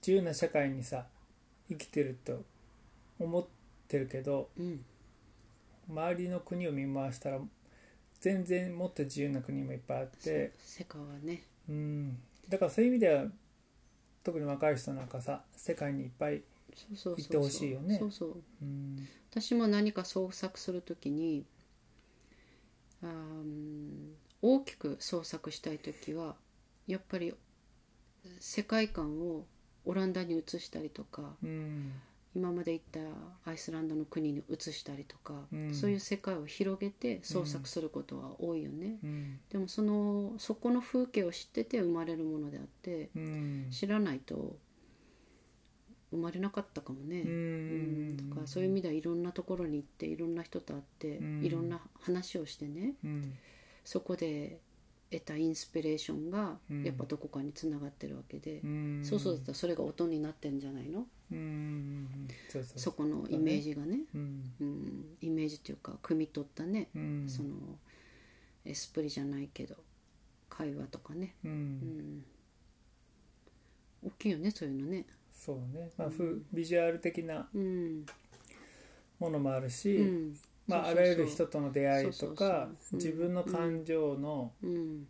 [SPEAKER 1] 自由な社会にさ生きてると思ってるけど
[SPEAKER 2] うん
[SPEAKER 1] 周りの国を見回したら全然もっと自由な国もいっぱいあって
[SPEAKER 2] 世界はね
[SPEAKER 1] うんだからそういう意味では特に若い人なんかさ世界にいっぱい
[SPEAKER 2] そうそうそうそう
[SPEAKER 1] 行ってほしいよね
[SPEAKER 2] そうそう
[SPEAKER 1] うん
[SPEAKER 2] 私も何か創作するときにあーうん大きく創作したいときはやっぱり世界観をオランダに移したりとか
[SPEAKER 1] うん
[SPEAKER 2] 今まで行ったアイスランドの国に移したりとか、
[SPEAKER 1] うん
[SPEAKER 2] そういう世界を広げて創作することは多いよね、
[SPEAKER 1] うん
[SPEAKER 2] でもそのそこの風景を知ってて生まれるものであって
[SPEAKER 1] うん
[SPEAKER 2] 知らないと生まれなかったかもね、
[SPEAKER 1] うん
[SPEAKER 2] うんだからそういう意味ではいろんなところに行っていろんな人と会って、
[SPEAKER 1] うん
[SPEAKER 2] いろんな話をしてね
[SPEAKER 1] うん
[SPEAKER 2] そこで得たインスピレーションが
[SPEAKER 1] うん
[SPEAKER 2] やっぱどこかにつながってるわけで
[SPEAKER 1] う、ん
[SPEAKER 2] そうそうだったらそれが音になってんじゃないの、
[SPEAKER 1] うんそうそう
[SPEAKER 2] そこのイメージがね、
[SPEAKER 1] うん
[SPEAKER 2] うん、イメージというか汲み取ったね、
[SPEAKER 1] うん
[SPEAKER 2] そのエスプリじゃないけど会話とかね、
[SPEAKER 1] う
[SPEAKER 2] うんん、大きいよねそういうのね。
[SPEAKER 1] そうねまあふビジュアル的な
[SPEAKER 2] うん
[SPEAKER 1] ものもある
[SPEAKER 2] う
[SPEAKER 1] し、
[SPEAKER 2] ん
[SPEAKER 1] まあ、あ
[SPEAKER 2] そうそうそう
[SPEAKER 1] らゆる人との出会いと
[SPEAKER 2] そうそうそう
[SPEAKER 1] か
[SPEAKER 2] うん
[SPEAKER 1] 自分の感情の
[SPEAKER 2] うん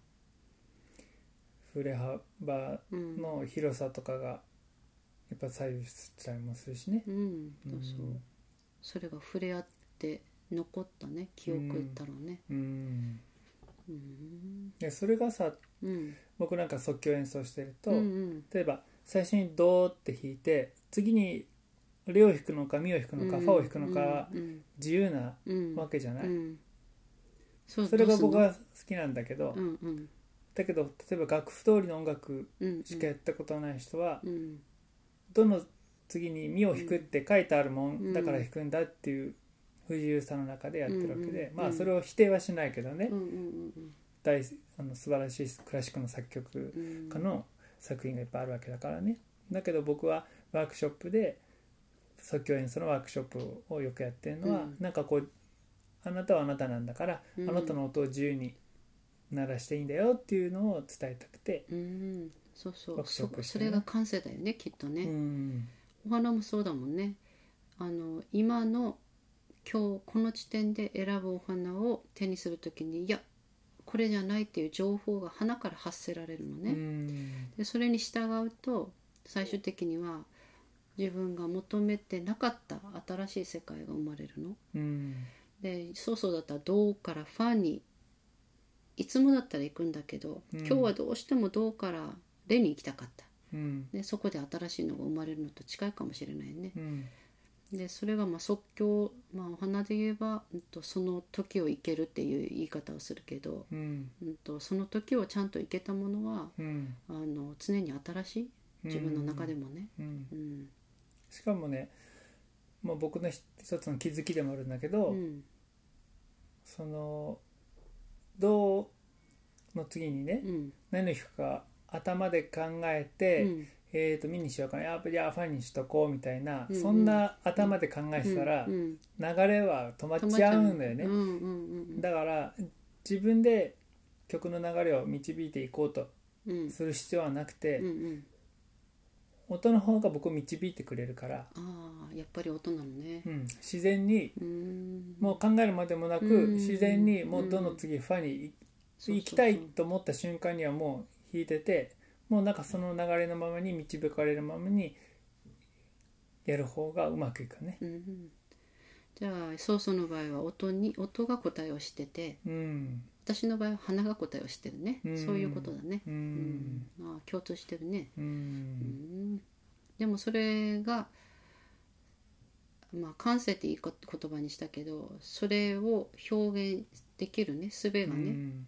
[SPEAKER 1] 触れ幅
[SPEAKER 2] うん
[SPEAKER 1] の広さとかがやっぱ左右したりもするしね。
[SPEAKER 2] うん、そうそう、
[SPEAKER 1] うん
[SPEAKER 2] それが触れ合って残ったね記憶ったろうね
[SPEAKER 1] うん、
[SPEAKER 2] うん
[SPEAKER 1] でそれがさ
[SPEAKER 2] うん
[SPEAKER 1] 僕なんか即興演奏してると、
[SPEAKER 2] うんうん
[SPEAKER 1] 例えば最初に「ド」って弾いて次に「レ」を弾くのか「ミ」を弾くのか「ファ」を弾くのか
[SPEAKER 2] うん
[SPEAKER 1] 自由な
[SPEAKER 2] うん
[SPEAKER 1] わけじゃない、
[SPEAKER 2] うんそう
[SPEAKER 1] それが
[SPEAKER 2] どう
[SPEAKER 1] 僕
[SPEAKER 2] すんの
[SPEAKER 1] は好きなんだけど、
[SPEAKER 2] うんうん
[SPEAKER 1] だけど例えば楽譜通りの音楽
[SPEAKER 2] うん
[SPEAKER 1] しかやったことない人は、
[SPEAKER 2] うん
[SPEAKER 1] どの次に「み」を弾くって書いてあるもん、
[SPEAKER 2] うん
[SPEAKER 1] だから弾くんだっていう不自由さの中でやってるわけで、
[SPEAKER 2] うん
[SPEAKER 1] ま
[SPEAKER 2] う
[SPEAKER 1] あ
[SPEAKER 2] ん
[SPEAKER 1] それを否定はしないけどね、
[SPEAKER 2] うんうんうん
[SPEAKER 1] 大あの素晴らしいクラシックの作曲
[SPEAKER 2] うん
[SPEAKER 1] 家の作品がいっぱいあるわけだからねだけど僕はワークショップで即興演奏のワークショップをよくやってるのは、
[SPEAKER 2] うん
[SPEAKER 1] なんかこうあなたはあなたなんだから、
[SPEAKER 2] うん
[SPEAKER 1] あなたの音を自由に鳴らしていいんだよっていうのを伝えたくて、
[SPEAKER 2] うんそうそ
[SPEAKER 1] ワ
[SPEAKER 2] う
[SPEAKER 1] クワ
[SPEAKER 2] そ
[SPEAKER 1] クして
[SPEAKER 2] そ
[SPEAKER 1] ね
[SPEAKER 2] れが感性だよねきっと
[SPEAKER 1] う
[SPEAKER 2] ね、
[SPEAKER 1] ん
[SPEAKER 2] お花もそうだもんねあの今の今日この時点で選ぶお花を手にするときにいやこれじゃないっていう情報が花から発せられるのね、
[SPEAKER 1] うん
[SPEAKER 2] でそれに従うと最終的には自分が求めてなかった新しい世界が生まれるの。
[SPEAKER 1] うん
[SPEAKER 2] でそうそうだったら「どう」から「ファン」にいつもだったら行くんだけど、
[SPEAKER 1] うん
[SPEAKER 2] 今日はどうしても「どう」から「レ」に行きたかった。
[SPEAKER 1] うん
[SPEAKER 2] でそこで新しいのが生まれるのと近いかもしれないね。
[SPEAKER 1] うん
[SPEAKER 2] でそれがまあ即興、まあ、お花で言えば、うんと、その時を生けるっていう言い方をするけど、
[SPEAKER 1] うん
[SPEAKER 2] うん、とその時をちゃんと生けたものは
[SPEAKER 1] うん
[SPEAKER 2] あの常に新しい自分の中でもね。
[SPEAKER 1] うん
[SPEAKER 2] うん
[SPEAKER 1] しかもね、まあ、僕の一一つの気づきでもあるんだけど、
[SPEAKER 2] うん
[SPEAKER 1] その「どう」の次にね、
[SPEAKER 2] うん
[SPEAKER 1] 何を弾くか頭で考え
[SPEAKER 2] う
[SPEAKER 1] て、
[SPEAKER 2] ん
[SPEAKER 1] えー、と「ミ」にしようかなやっぱりあファンにしとこうみたいな、
[SPEAKER 2] うんうん
[SPEAKER 1] そんな頭で考えてたら、
[SPEAKER 2] うんうん
[SPEAKER 1] 流れは止まっちゃうんだよね、
[SPEAKER 2] うんうん
[SPEAKER 1] だから自分で曲の流れを導いていこうと
[SPEAKER 2] うんうん
[SPEAKER 1] する必要はなくて、
[SPEAKER 2] うんうん
[SPEAKER 1] 音の方が僕を導いてくれるから、
[SPEAKER 2] ああやっぱり音なのね
[SPEAKER 1] うん、自然に
[SPEAKER 2] うーん
[SPEAKER 1] もう考えるまでもなく
[SPEAKER 2] うん
[SPEAKER 1] 自然にもうどの次ファに
[SPEAKER 2] そうそうそう
[SPEAKER 1] 行きたいと思った瞬間にはもう弾いててもうなんかその流れのままに導かれるままにやる方がうまくいくね。
[SPEAKER 2] うんうんじゃあソーソの場合は音に音が答えをしてて
[SPEAKER 1] うん
[SPEAKER 2] 私の場合は鼻が答えをしてるね
[SPEAKER 1] うん
[SPEAKER 2] そういうことだね
[SPEAKER 1] う
[SPEAKER 2] うんんああ共通してるね
[SPEAKER 1] う
[SPEAKER 2] うんんでもそれがまあ感性っていいこ言葉にしたけどそれを表現できるね術がね、
[SPEAKER 1] うん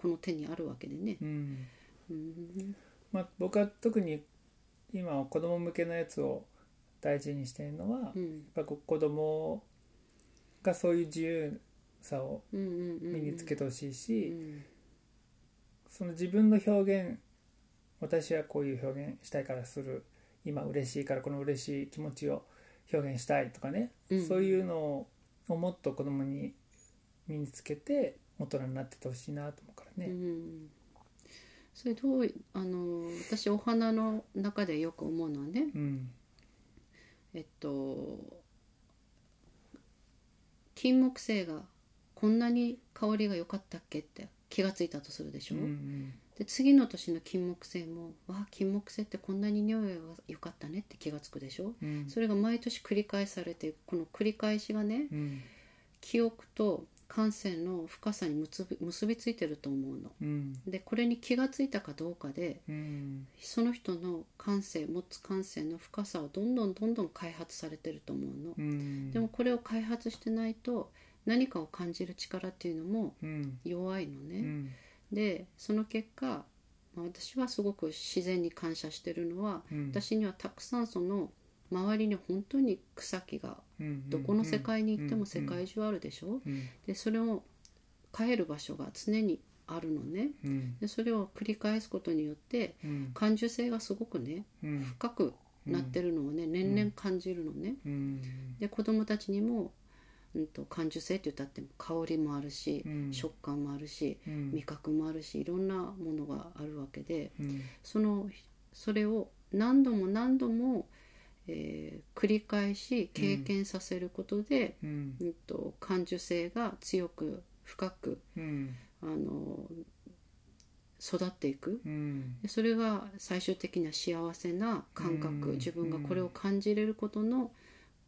[SPEAKER 2] この手にあるわけでね。
[SPEAKER 1] うん
[SPEAKER 2] うん
[SPEAKER 1] まあ僕は特に今は子供向けのやつを大事にしてるのはやっ
[SPEAKER 2] うん
[SPEAKER 1] ぱこう子供がそういう自由さを
[SPEAKER 2] うんうんうん
[SPEAKER 1] 身につけてほしいし、
[SPEAKER 2] うん
[SPEAKER 1] その自分の表現私はこういう表現したいからする今嬉しいからこの嬉しい気持ちを表現したいとかね、
[SPEAKER 2] うん
[SPEAKER 1] そういうのをもっと子供に身につけて大人になっててほしいなと思うから
[SPEAKER 2] う
[SPEAKER 1] ね。
[SPEAKER 2] ん、それどういあの私お花の中でよく思うのはね
[SPEAKER 1] うん、
[SPEAKER 2] えっと金木犀がこんなに香りが良かったっけって気がついたとするでし
[SPEAKER 1] う
[SPEAKER 2] ょ、
[SPEAKER 1] んうん
[SPEAKER 2] で次の年の金木犀も「わあ金木犀ってこんなに匂いが良かったね」って気がつくでしょ
[SPEAKER 1] うん
[SPEAKER 2] それが毎年繰り返されていくこの繰り返しがね
[SPEAKER 1] うん
[SPEAKER 2] 記憶と感性の深さに結び結びついてると思うの。
[SPEAKER 1] うん
[SPEAKER 2] でこれに気がついたかどうかで
[SPEAKER 1] うん
[SPEAKER 2] その人の感性持つ感性の深さをどんどんどんどん開発されてると思うの。
[SPEAKER 1] うん
[SPEAKER 2] でもこれを開発してないと何かを感じる力っていうのも
[SPEAKER 1] うん
[SPEAKER 2] 弱いのね。
[SPEAKER 1] うん
[SPEAKER 2] でその結果、まあ、私はすごく自然に感謝してるのは、
[SPEAKER 1] うん
[SPEAKER 2] 私にはたくさんその周りに本当に草木がどこの世界に行っても世界中あるでしょ、
[SPEAKER 1] うん
[SPEAKER 2] でそれを帰る場所が常にあるのね
[SPEAKER 1] うん
[SPEAKER 2] でそれを繰り返すことによって
[SPEAKER 1] うん
[SPEAKER 2] 感受性がすごくね
[SPEAKER 1] うん
[SPEAKER 2] 深くなってるのをね年々感じるのね。
[SPEAKER 1] うん
[SPEAKER 2] で子供たちにも、うん、と感受性って言ったって香りもあるし、
[SPEAKER 1] うん
[SPEAKER 2] 食感もあるし、
[SPEAKER 1] うん
[SPEAKER 2] 味覚もあるしいろんなものがあるわけで
[SPEAKER 1] うん
[SPEAKER 2] そのそれを何度も何度も、えー繰り返し経験させることで、
[SPEAKER 1] うん
[SPEAKER 2] うんと感受性が強く深く
[SPEAKER 1] うん
[SPEAKER 2] あの育っていく
[SPEAKER 1] うん
[SPEAKER 2] でそれが最終的には幸せな感覚、
[SPEAKER 1] うん
[SPEAKER 2] 自分がこれを感じれることの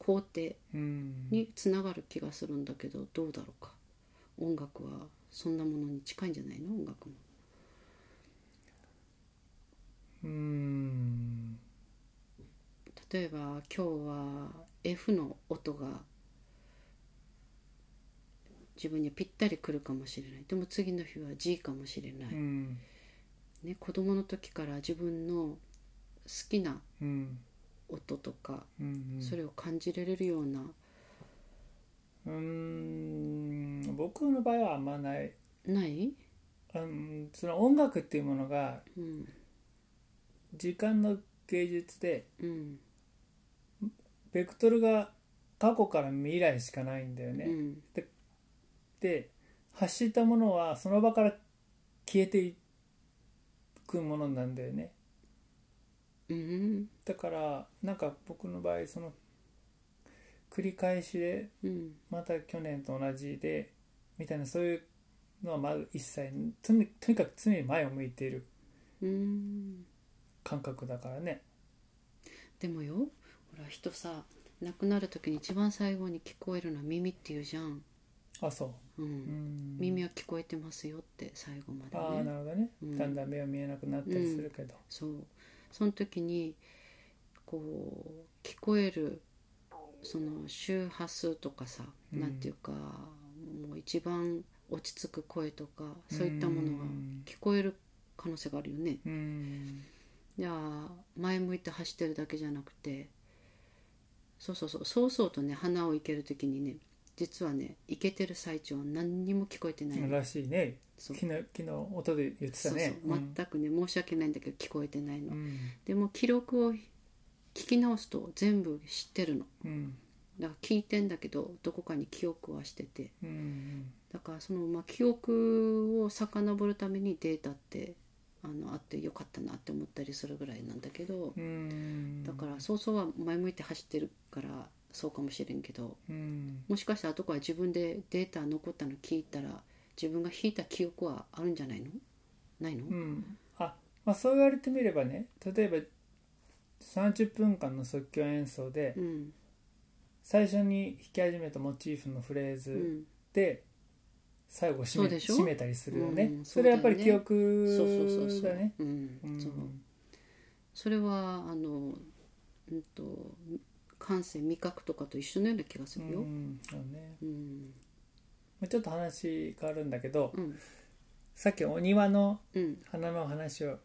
[SPEAKER 2] 肯定
[SPEAKER 1] うん
[SPEAKER 2] につながる気がするんだけどどうだろうか音楽はそんなものに近いんじゃないの音楽も。
[SPEAKER 1] うん
[SPEAKER 2] 例えば今日は F の音が自分にぴったりくるかもしれないでも次の日は G かもしれない、
[SPEAKER 1] うん
[SPEAKER 2] ね、子供の時から自分の好きな
[SPEAKER 1] うん
[SPEAKER 2] 音とか、
[SPEAKER 1] うん
[SPEAKER 2] それを感じられるような
[SPEAKER 1] うん僕の場合はあんまない
[SPEAKER 2] ない、
[SPEAKER 1] うんその音楽っていうものが
[SPEAKER 2] うん
[SPEAKER 1] 時間の芸術で
[SPEAKER 2] うん
[SPEAKER 1] ベクトルが過去から未来しかないんだよ
[SPEAKER 2] う
[SPEAKER 1] ね、
[SPEAKER 2] ん
[SPEAKER 1] で発したものはその場から消えていくものなんだよね
[SPEAKER 2] うん
[SPEAKER 1] だからなんか僕の場合その繰り返しで
[SPEAKER 2] うん
[SPEAKER 1] また去年と同じでみたいなそういうのはまず一切とにとにかく常に前を向いている
[SPEAKER 2] うん
[SPEAKER 1] 感覚だからね
[SPEAKER 2] でもよほら人さ亡くなる時に一番最後に聞こえるのは耳っていうじゃん、
[SPEAKER 1] あそうう、
[SPEAKER 2] ん
[SPEAKER 1] うん、
[SPEAKER 2] 耳は聞こえてますよって最後ま
[SPEAKER 1] ああな
[SPEAKER 2] でね
[SPEAKER 1] るほどね、
[SPEAKER 2] うん
[SPEAKER 1] だんだん目は見えなくなったりするけど、
[SPEAKER 2] そうその時にこう聞こえるその周波数とかさ、
[SPEAKER 1] うん
[SPEAKER 2] なんていうかもう一番落ち着く声とかそういったものが
[SPEAKER 1] うん
[SPEAKER 2] 聞こえる可能性があるよね。
[SPEAKER 1] うん
[SPEAKER 2] じゃあ前向いて走ってるだけじゃなくてそうそうそうそうそうとね花を生ける時にね実はね生けてる最中は何にも聞こえてないの
[SPEAKER 1] らしいね
[SPEAKER 2] そう
[SPEAKER 1] 昨日昨日音で言って
[SPEAKER 2] そ
[SPEAKER 1] た
[SPEAKER 2] う
[SPEAKER 1] ね
[SPEAKER 2] そう全くね申し訳ないんだけど聞こえてない
[SPEAKER 1] う
[SPEAKER 2] の、
[SPEAKER 1] ん
[SPEAKER 2] でも記録を聞き直すと全部知ってるの
[SPEAKER 1] うん
[SPEAKER 2] だから聞いてんだけどどこかに記憶はしてて
[SPEAKER 1] うん
[SPEAKER 2] だからその、まあ、記憶を遡るためにデータってあのあってよかったなって思ったりするぐらいなんだけど
[SPEAKER 1] うんうん
[SPEAKER 2] だから早々は前向いて走ってるからそうかもしれんけど
[SPEAKER 1] うん
[SPEAKER 2] もしかしたらどこは自分でデータ残ったの聞いたら自分が引いた記憶はあるんじゃないのないの、
[SPEAKER 1] うんあまあそう言われてみればね例えば30分間の即興演奏で
[SPEAKER 2] うん
[SPEAKER 1] 最初に弾き始めたモチーフのフレー
[SPEAKER 2] う
[SPEAKER 1] ズ
[SPEAKER 2] ん
[SPEAKER 1] で最後締
[SPEAKER 2] そう
[SPEAKER 1] め
[SPEAKER 2] でしょ
[SPEAKER 1] 締めたりするよね、
[SPEAKER 2] うん
[SPEAKER 1] それはやっぱり
[SPEAKER 2] そう
[SPEAKER 1] 記
[SPEAKER 2] だよね
[SPEAKER 1] 憶
[SPEAKER 2] そうそうそうそ
[SPEAKER 1] だ
[SPEAKER 2] う、
[SPEAKER 1] ね
[SPEAKER 2] うん
[SPEAKER 1] うん
[SPEAKER 2] そうそれはあの、うん、と感性味覚とかと一緒のような気がする
[SPEAKER 1] う
[SPEAKER 2] よ。
[SPEAKER 1] んそうね
[SPEAKER 2] うん
[SPEAKER 1] まあちょっと話変わるんだけど
[SPEAKER 2] うん
[SPEAKER 1] さっきお庭の
[SPEAKER 2] うん
[SPEAKER 1] 花の話を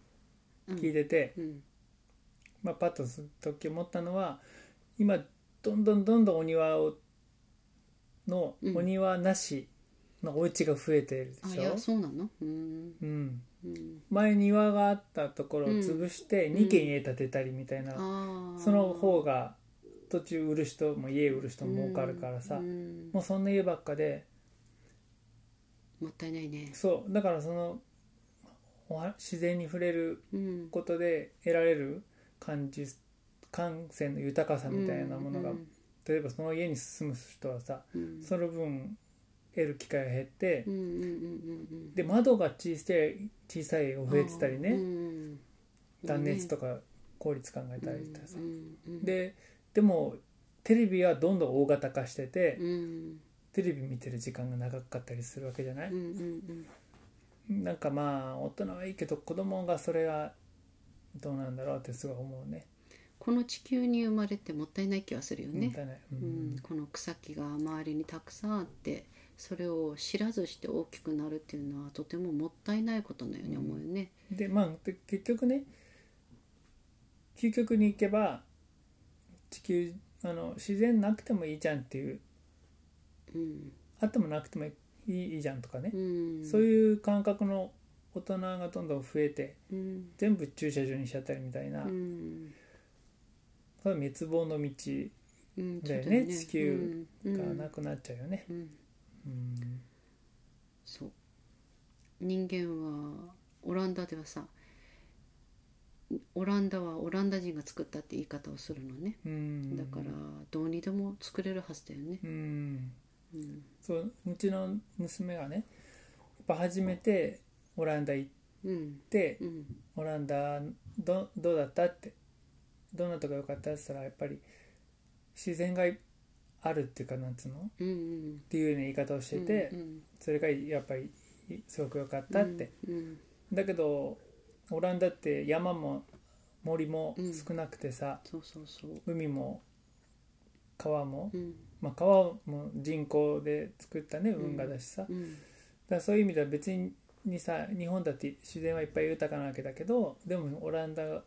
[SPEAKER 2] うん
[SPEAKER 1] 聞いてて、
[SPEAKER 2] うん
[SPEAKER 1] まあ、パッとその時思ったのは今どんどんどんどんお庭をの
[SPEAKER 2] うん
[SPEAKER 1] お庭なしまあ、お家が増えてるで
[SPEAKER 2] あい
[SPEAKER 1] しょ
[SPEAKER 2] や、そうなのうーん
[SPEAKER 1] うん、
[SPEAKER 2] うん
[SPEAKER 1] 前庭があったところを潰して
[SPEAKER 2] うん
[SPEAKER 1] 2軒家建てたりみたいな、
[SPEAKER 2] あー
[SPEAKER 1] その方が土地売る人も家売る人も儲かるからさ、
[SPEAKER 2] うん
[SPEAKER 1] もうそんな家ばっかで
[SPEAKER 2] もったいないね
[SPEAKER 1] そうだからそのおは自然に触れる
[SPEAKER 2] うん
[SPEAKER 1] ことで得られる感じ感性の豊かさみたいなものが、
[SPEAKER 2] うん
[SPEAKER 1] 例えばその家に住む人はさ
[SPEAKER 2] うん
[SPEAKER 1] その分得る機会が減って、
[SPEAKER 2] うんうんうんうんうん
[SPEAKER 1] で窓が小さい小さいを増えてたりね、
[SPEAKER 2] うんうん
[SPEAKER 1] 断熱とか効率考えたりとかさ、
[SPEAKER 2] うんうんうん
[SPEAKER 1] ででもテレビはどんどん大型化してて、
[SPEAKER 2] うん
[SPEAKER 1] テレビ見てる時間が長かったりするわけじゃない、
[SPEAKER 2] うんうん
[SPEAKER 1] なんかまあ大人はいいけど子供がそれがどうなんだろうってすごい思うね
[SPEAKER 2] この地球に生まれてもったいない気はするよ
[SPEAKER 1] もっ
[SPEAKER 2] ね、
[SPEAKER 1] たいない、う
[SPEAKER 2] うんん、この草木が周りにたくさんあってそれを知らずして大きくなるっていうのはとてももったいないことのように思うよね、
[SPEAKER 1] でまあで結局ね究極に行けば地球あの自然なくてもいいじゃんっていう
[SPEAKER 2] うん
[SPEAKER 1] あってもなくてもいいいいじゃんとかね、
[SPEAKER 2] うん、
[SPEAKER 1] そういう感覚の大人がどんどん増えて
[SPEAKER 2] うん、
[SPEAKER 1] 全部駐車場にしちゃったりみたいな、
[SPEAKER 2] うん
[SPEAKER 1] それは滅亡の道
[SPEAKER 2] うん
[SPEAKER 1] だよね
[SPEAKER 2] そう
[SPEAKER 1] 地球
[SPEAKER 2] うん
[SPEAKER 1] がなくなっちゃうよね。
[SPEAKER 2] うんうん
[SPEAKER 1] うん
[SPEAKER 2] そう人間はオランダではさオランダはオランダ人が作ったって言い方をするのね
[SPEAKER 1] うん
[SPEAKER 2] だからどうにでも作れるはずだよね
[SPEAKER 1] うん
[SPEAKER 2] うん
[SPEAKER 1] そううちの娘がねやっぱ初めてオランダ行っ
[SPEAKER 2] うん
[SPEAKER 1] て
[SPEAKER 2] うん
[SPEAKER 1] 「オランダどどうだった?」って「どんなとこ良かった?」って言ったらやっぱり自然があるっていうかなんつうのっ
[SPEAKER 2] うんうん
[SPEAKER 1] ていうような言い方をしてて、
[SPEAKER 2] うん
[SPEAKER 1] それがやっぱりすごく良かったって、
[SPEAKER 2] うん
[SPEAKER 1] だけどオランダって山も森も少なくてさ、
[SPEAKER 2] そうそうそう
[SPEAKER 1] 海も川も、
[SPEAKER 2] うん
[SPEAKER 1] まあ、川も人工で作ったね運河だしさ、だか
[SPEAKER 2] うん
[SPEAKER 1] らそういう意味では別にさ日本だって自然はいっぱい豊かなわけだけどでもオランダが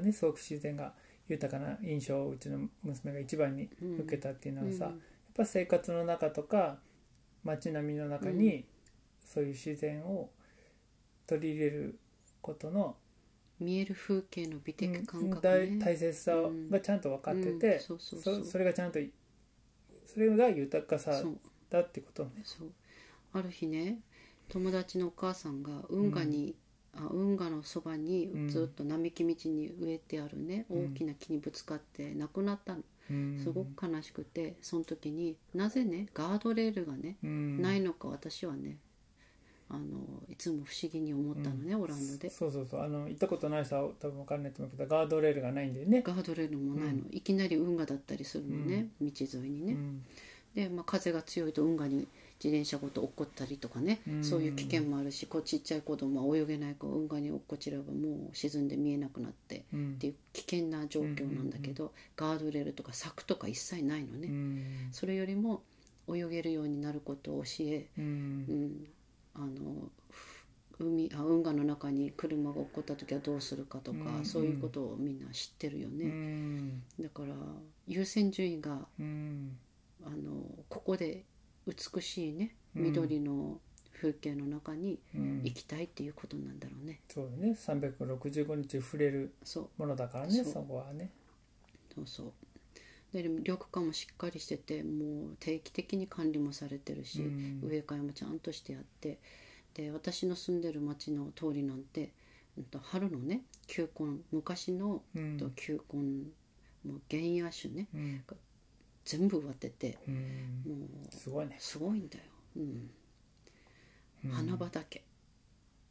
[SPEAKER 1] ねすごく自然が豊かな印象をうちの娘が一番に
[SPEAKER 2] うん
[SPEAKER 1] 受けたっていうのはさ、
[SPEAKER 2] う
[SPEAKER 1] やっ
[SPEAKER 2] ん
[SPEAKER 1] ぱ生活の中とか街並みの中にそういう自然を取り入れることの
[SPEAKER 2] 見える風景の美的感
[SPEAKER 1] うん
[SPEAKER 2] 覚
[SPEAKER 1] 大
[SPEAKER 2] ね
[SPEAKER 1] 大切さがちゃんと分かってて、
[SPEAKER 2] うんそうそうそ
[SPEAKER 1] そうそれがちゃんとそれが豊かさ
[SPEAKER 2] そう
[SPEAKER 1] だってことね。
[SPEAKER 2] そうある日ね友達のお母さんが運河に、あ運河のそばに
[SPEAKER 1] うん
[SPEAKER 2] ずっと並木道に植えてあるね、
[SPEAKER 1] うん
[SPEAKER 2] 大きな木にぶつかって亡くなったの
[SPEAKER 1] うん
[SPEAKER 2] すごく悲しくてその時になぜねガードレールがね、
[SPEAKER 1] うん
[SPEAKER 2] ないのか私はねあのいつも不思議に思ったのね、オランダで
[SPEAKER 1] そうそうそうあの行ったことない人は多分分かんないと思うけどガードレールがないんだよね。
[SPEAKER 2] ガードレールもないの、いきなり運河だったりするのね、道沿いにね、
[SPEAKER 1] うん
[SPEAKER 2] で、まあ、風が強いと運河に自転車ごと落っこったりとかね、
[SPEAKER 1] うん
[SPEAKER 2] そういう危険もあるしこうちっちゃい子供は泳げない子運河に落っこちればもう沈んで見えなくなって
[SPEAKER 1] うん
[SPEAKER 2] っていう危険な状況なんだけど、ガードレールとか柵とか一切ないのね、
[SPEAKER 1] うん
[SPEAKER 2] それよりも泳げるようになることを教え、
[SPEAKER 1] う
[SPEAKER 2] うんん、あのふ海あ運河の中に車が落っこった時はどうするかとか、
[SPEAKER 1] うん
[SPEAKER 2] そういうことをみんな知ってるよ
[SPEAKER 1] う
[SPEAKER 2] ね、
[SPEAKER 1] ん
[SPEAKER 2] だから優先順位が
[SPEAKER 1] うん
[SPEAKER 2] あのここで美しいね
[SPEAKER 1] うん
[SPEAKER 2] 緑の風景の中に
[SPEAKER 1] うん
[SPEAKER 2] 行きたいっていうことなんだろうね、
[SPEAKER 1] そうだね365日触れる
[SPEAKER 2] そう
[SPEAKER 1] ものだからね
[SPEAKER 2] そう
[SPEAKER 1] そこはね。
[SPEAKER 2] そうそうで緑化もしっかりしててもう定期的に管理もされてるし、
[SPEAKER 1] うん
[SPEAKER 2] 植え替えもちゃんとしてあってで私の住んでる町の通りなんて、うんと、春のね球根昔の、
[SPEAKER 1] う
[SPEAKER 2] うんんと球根もう原野種ね
[SPEAKER 1] うん
[SPEAKER 2] 全部植わってて
[SPEAKER 1] うん
[SPEAKER 2] もう
[SPEAKER 1] すごいね。
[SPEAKER 2] すごいんだよ、うん、
[SPEAKER 1] うん
[SPEAKER 2] 花畑、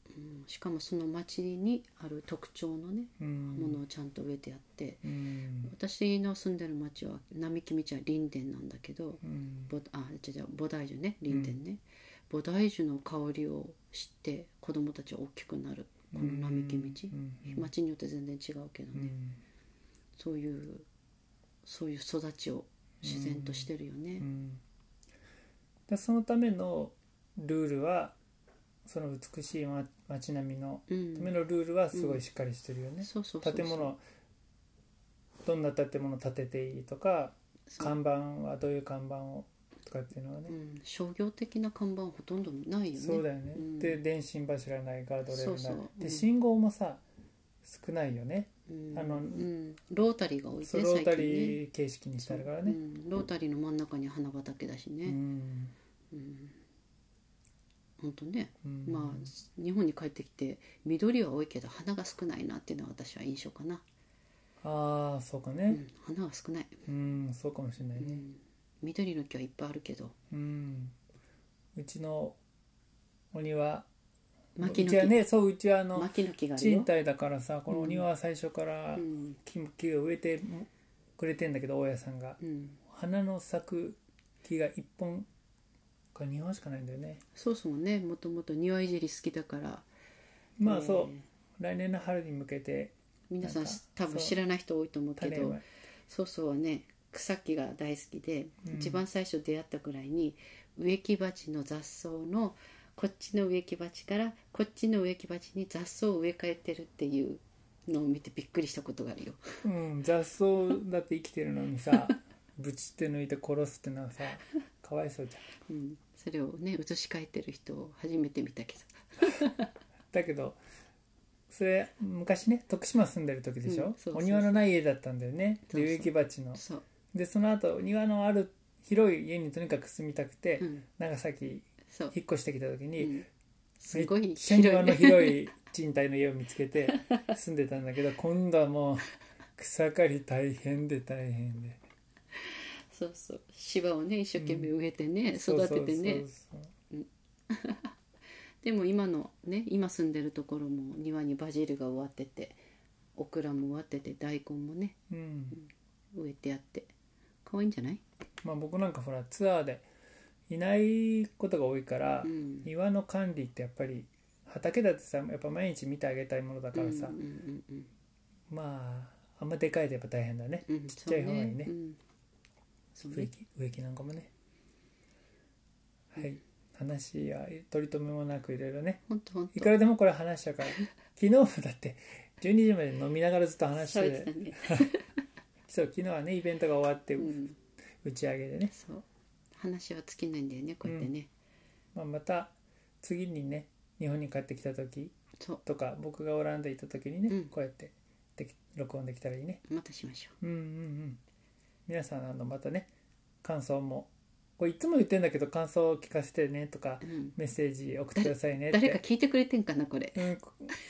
[SPEAKER 2] うん、しかもその町にある特徴のね
[SPEAKER 1] うん
[SPEAKER 2] ものをちゃんと植えてあって
[SPEAKER 1] うん
[SPEAKER 2] 私の住んでる町は並木道は林田なんだけど
[SPEAKER 1] うん
[SPEAKER 2] ぼあ違う違う菩提樹ね林田ね、菩提樹の香りを知って子供たちは大きくなるこの並木道、
[SPEAKER 1] うん
[SPEAKER 2] 町によって全然違うけど
[SPEAKER 1] う
[SPEAKER 2] ね、
[SPEAKER 1] ん
[SPEAKER 2] そういうそういう育ちを自然としてるよね
[SPEAKER 1] う、んでそのためのルールはその美しいま街並みの
[SPEAKER 2] うん
[SPEAKER 1] ためのルールはすごいしっかりしてるよね、
[SPEAKER 2] そうそうそうそ
[SPEAKER 1] 建
[SPEAKER 2] う
[SPEAKER 1] 物どんな建物建てていいとか
[SPEAKER 2] そう
[SPEAKER 1] 看板はどういう看板をかっていうのはね
[SPEAKER 2] う、ん、商業的な看板ほとんどないよね
[SPEAKER 1] そうだよね、
[SPEAKER 2] うん
[SPEAKER 1] で電信柱ないガードレールない
[SPEAKER 2] そうそううん
[SPEAKER 1] で信号もさ少ないよね
[SPEAKER 2] うん
[SPEAKER 1] あの
[SPEAKER 2] うん、ロータリーが多いね
[SPEAKER 1] そロータ
[SPEAKER 2] 最近ね
[SPEAKER 1] リー形式にしてあるからね
[SPEAKER 2] うん、ロータリーの真ん中に花畑だし
[SPEAKER 1] うん、
[SPEAKER 2] ね、うん、本当ね、
[SPEAKER 1] うん
[SPEAKER 2] まあ日本に帰ってきて緑は多いけど花が少ないなっていうのは私は印象かな、
[SPEAKER 1] ああそうか
[SPEAKER 2] う
[SPEAKER 1] ね
[SPEAKER 2] ん、花が少ない、
[SPEAKER 1] うん、そうかもしれないうね
[SPEAKER 2] ん、緑の木はいっぱいあるけど
[SPEAKER 1] うん、うちのお庭
[SPEAKER 2] 牧
[SPEAKER 1] う
[SPEAKER 2] の
[SPEAKER 1] ちは
[SPEAKER 2] 木、
[SPEAKER 1] ねそううちはあの
[SPEAKER 2] 牧の木がある
[SPEAKER 1] 賃
[SPEAKER 2] よ、
[SPEAKER 1] 貸だからさこのお庭は最初から
[SPEAKER 2] うん
[SPEAKER 1] 木木を植えてくれてんだけど大家さんが
[SPEAKER 2] うん、
[SPEAKER 1] 花の咲く木が1本か2本しかないんだよね
[SPEAKER 2] そうそうねもともと庭いじり好きだから
[SPEAKER 1] ま
[SPEAKER 2] え
[SPEAKER 1] あ
[SPEAKER 2] ー
[SPEAKER 1] そう、来年の春に向けて
[SPEAKER 2] 皆さん
[SPEAKER 1] なんか
[SPEAKER 2] 多分
[SPEAKER 1] そう
[SPEAKER 2] 知らない人多いと思うけ
[SPEAKER 1] 種
[SPEAKER 2] ど
[SPEAKER 1] は
[SPEAKER 2] そうそうはね草木が大好きで、
[SPEAKER 1] うん
[SPEAKER 2] 一番最初出会ったくらいに植木鉢の雑草のこっちの植木鉢からこっちの植木鉢に雑草を植え替えてるっていうのを見てびっくりしたことがあるよ。
[SPEAKER 1] うん雑草だって生きてるのに さぶちって抜いて殺すってのはさかわいそうじゃん
[SPEAKER 2] うん、それをね移し替えてる人を初めて見たけ
[SPEAKER 1] だけどそれ昔ね徳島住んでる時でしょ、
[SPEAKER 2] うんそうそう
[SPEAKER 1] お庭のない家だったんだよね
[SPEAKER 2] そうそう
[SPEAKER 1] で植木鉢の
[SPEAKER 2] どそう、
[SPEAKER 1] でその後お庭のある広い家にとにかく住みたくて、
[SPEAKER 2] うん、
[SPEAKER 1] 長崎
[SPEAKER 2] そう、
[SPEAKER 1] 引っ越してきた時
[SPEAKER 2] う
[SPEAKER 1] に、
[SPEAKER 2] ん、すごい
[SPEAKER 1] めっちゃ庭の
[SPEAKER 2] ね
[SPEAKER 1] 広い賃貸の家を見つけて住んでたんだけど今度はもう草刈り大変で大変で
[SPEAKER 2] そうそう芝をね一生懸命植えてね、育ててね
[SPEAKER 1] そうそうそう
[SPEAKER 2] でも今のね今住んでるところも庭にバジルが植わっててオクラも植わってて大根もね
[SPEAKER 1] そううん
[SPEAKER 2] 植えてあって可愛いんじゃない、
[SPEAKER 1] まあ僕なんかほらツアーでいないことが多いから、
[SPEAKER 2] うん、
[SPEAKER 1] 庭の管理ってやっぱり畑だってさやっぱ毎日見てあげたいものだからさ、
[SPEAKER 2] うんうんうん
[SPEAKER 1] まああんまでかいとやっぱ大変だね
[SPEAKER 2] うんうん
[SPEAKER 1] ちっちゃい方がいいね
[SPEAKER 2] そううんそう
[SPEAKER 1] 植
[SPEAKER 2] ね
[SPEAKER 1] 木植木なんかもねはい話は取り留めもなくいろいろね
[SPEAKER 2] ほんとほんと
[SPEAKER 1] いくらでもこれ話しちゃうから昨日もだって12時まで飲みながらずっと話し
[SPEAKER 2] そう
[SPEAKER 1] て
[SPEAKER 2] でね、
[SPEAKER 1] そう昨日はねイベントが終わって
[SPEAKER 2] うん、
[SPEAKER 1] 打ち上げでね、
[SPEAKER 2] そう話は尽きないんだよねこうやってね、
[SPEAKER 1] まあ、また次にね日本に帰ってきた時
[SPEAKER 2] そ
[SPEAKER 1] とか僕がオランダ行った時にね、
[SPEAKER 2] うん
[SPEAKER 1] こうやってでき録音できたらいいね
[SPEAKER 2] うまたしましょ
[SPEAKER 1] うんうんうん皆さんあのまたね感想もこれいつも言ってんだけど感想を聞かせてねとか
[SPEAKER 2] う、うん、
[SPEAKER 1] メッセージ送ってくださいねっ
[SPEAKER 2] 誰か
[SPEAKER 1] て、
[SPEAKER 2] 聞いてくれてんかなこれ
[SPEAKER 1] うん、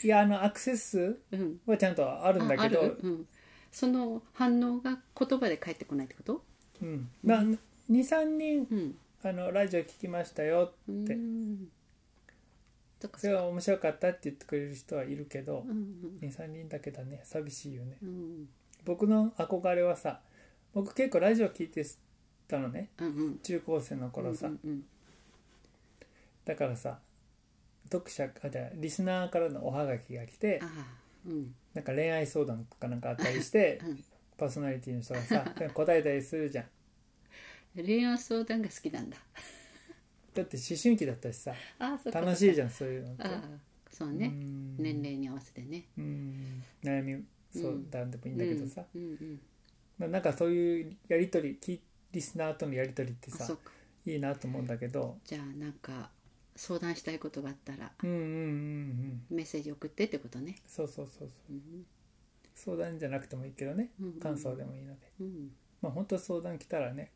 [SPEAKER 1] いやあのアクセス
[SPEAKER 2] うん
[SPEAKER 1] はちゃんとあるんだ
[SPEAKER 2] ああ
[SPEAKER 1] けど
[SPEAKER 2] る、うん、その反応が言葉で返ってこないってこと
[SPEAKER 1] うん、まあ23人
[SPEAKER 2] うん
[SPEAKER 1] あのラジオ聞きましたよ
[SPEAKER 2] う
[SPEAKER 1] て
[SPEAKER 2] んとか
[SPEAKER 1] それは面白かったって言ってくれる人はいるけど
[SPEAKER 2] うんうん
[SPEAKER 1] 23人だけだね寂しいよね
[SPEAKER 2] うん
[SPEAKER 1] 僕の憧れはさ僕結構ラジオ聞いてたのね
[SPEAKER 2] うんうん
[SPEAKER 1] 中高生の頃さ、
[SPEAKER 2] うんうん
[SPEAKER 1] だからさ読者あじゃあリスナーからのおはがきが来て
[SPEAKER 2] ああうん
[SPEAKER 1] なんか恋愛相談とかなんかあったりして
[SPEAKER 2] うん
[SPEAKER 1] パーソナリティの人がさ答えたりするじゃん
[SPEAKER 2] 恋愛相談が好きなんだ
[SPEAKER 1] だって思春期だったしさ
[SPEAKER 2] ああそっか
[SPEAKER 1] 楽しい
[SPEAKER 2] じ
[SPEAKER 1] じゃんそういうのって
[SPEAKER 2] ああそうね
[SPEAKER 1] うん
[SPEAKER 2] 年齢に合わせてね
[SPEAKER 1] うん悩み相談でもいいんだけどさ、
[SPEAKER 2] うんうん
[SPEAKER 1] まあなんかそういうやり取りきリスナーとのやり取りって
[SPEAKER 2] あ
[SPEAKER 1] さ
[SPEAKER 2] そっか
[SPEAKER 1] いいなと思うんだけど
[SPEAKER 2] じゃあなんか相談したいことがあったら
[SPEAKER 1] うんうんうんうん
[SPEAKER 2] メッセージ送ってってことね
[SPEAKER 1] そうそうそうそう
[SPEAKER 2] うん
[SPEAKER 1] 相談じゃなくてもいいけどね
[SPEAKER 2] うんうん
[SPEAKER 1] 感想でもいいので、
[SPEAKER 2] うん
[SPEAKER 1] まあ本当相談来たらね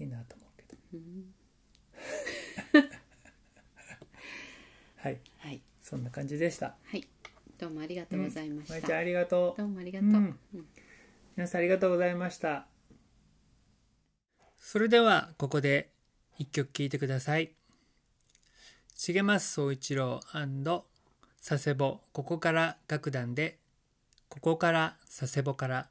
[SPEAKER 1] いいなと思うけど
[SPEAKER 2] うん
[SPEAKER 1] はい
[SPEAKER 2] はい
[SPEAKER 1] そんな感じでした
[SPEAKER 2] はいどうもありがとうございま
[SPEAKER 1] ま
[SPEAKER 2] し
[SPEAKER 1] いちゃん
[SPEAKER 2] た
[SPEAKER 1] ありがとう
[SPEAKER 2] どうもありがとう
[SPEAKER 1] う
[SPEAKER 2] うんん
[SPEAKER 1] 皆さんありがとうございました
[SPEAKER 3] それではここで一曲聴いてください。重松総一郎佐世保ここから楽団でここから佐世保から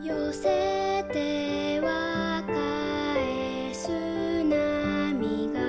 [SPEAKER 4] 寄せては返す波が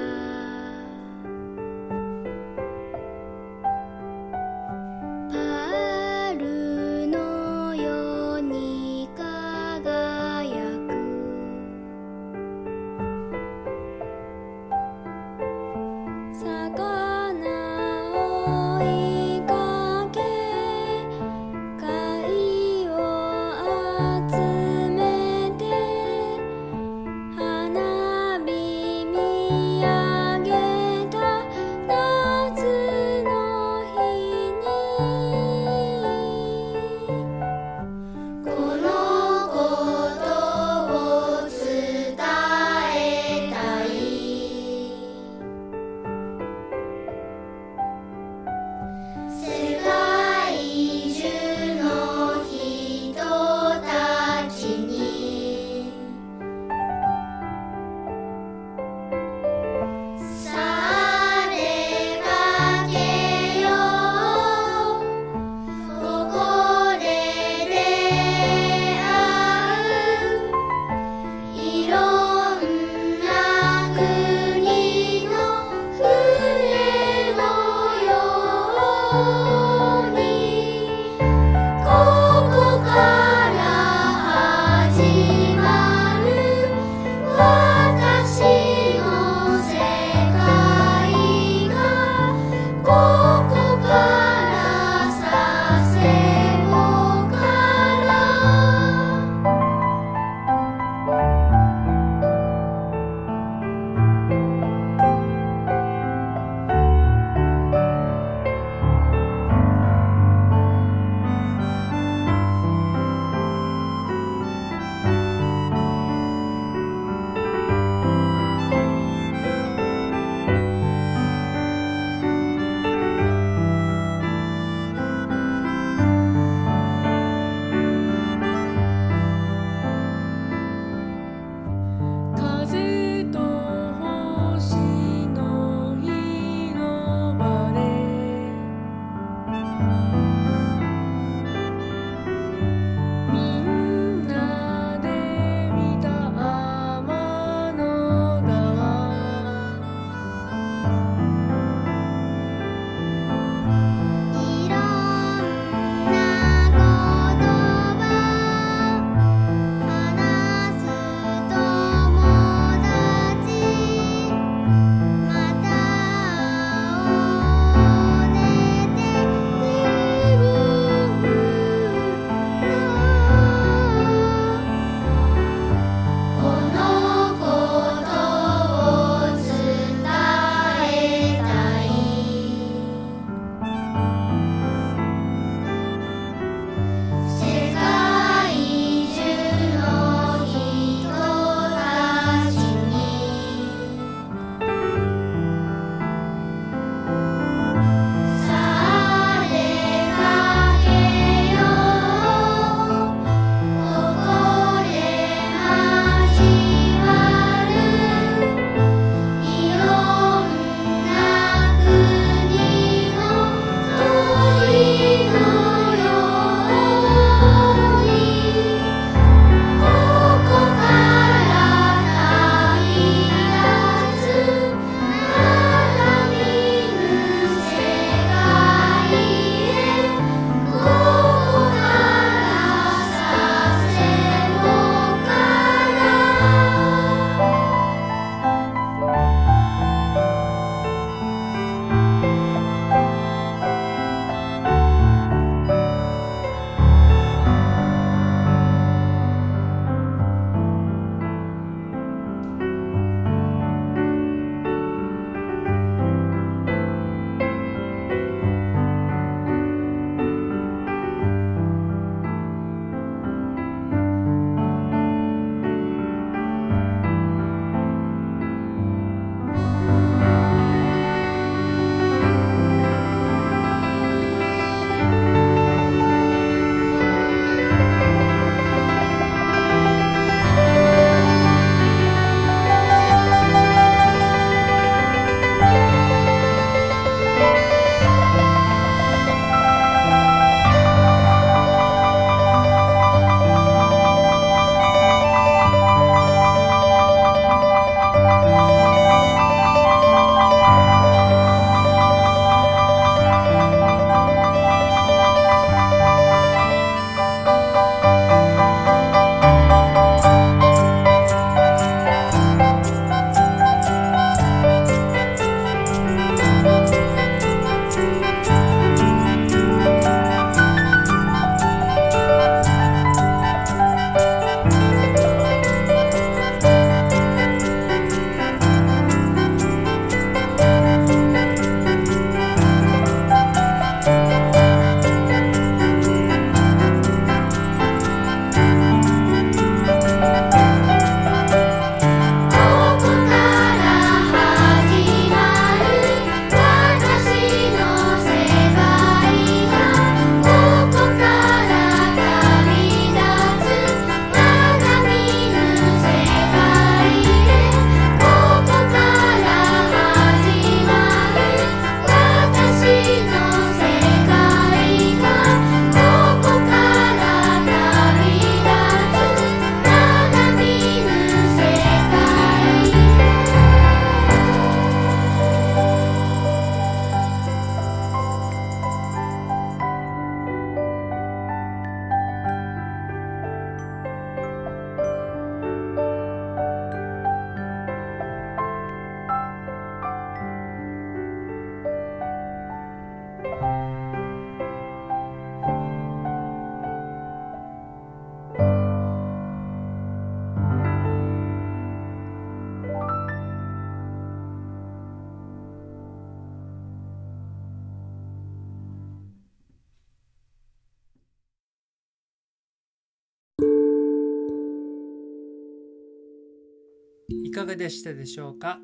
[SPEAKER 1] かがでしたでしょうか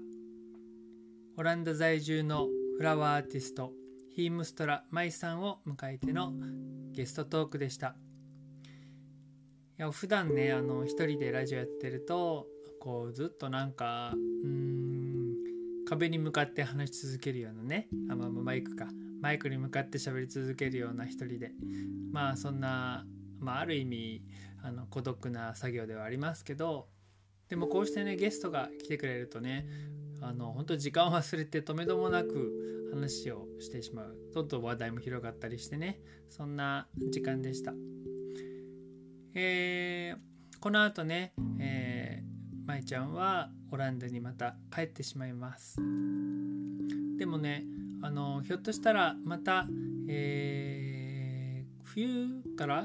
[SPEAKER 1] オランダ在住のフラワーアーティストヒームストラマイさんを迎えてのゲストトークでしたいや普段ねあの一人でラジオやってるとこうずっとなんかうーん壁に向かって話し続けるようなねあ、まあ、まあマイクかマイクに向かって喋り続けるような一人でまあそんな、まあ、ある意味あの孤独な作業ではありますけどでもこうしてねゲストが来てくれるとねあの本当時間を忘れてとめどもなく話をしてしまうどんどん話題も広がったりしてねそんな時間でしたえーこの後ね、えー、舞ちゃんはオランダにまた帰ってしまいますでもねあのひょっとしたらまた、えー冬から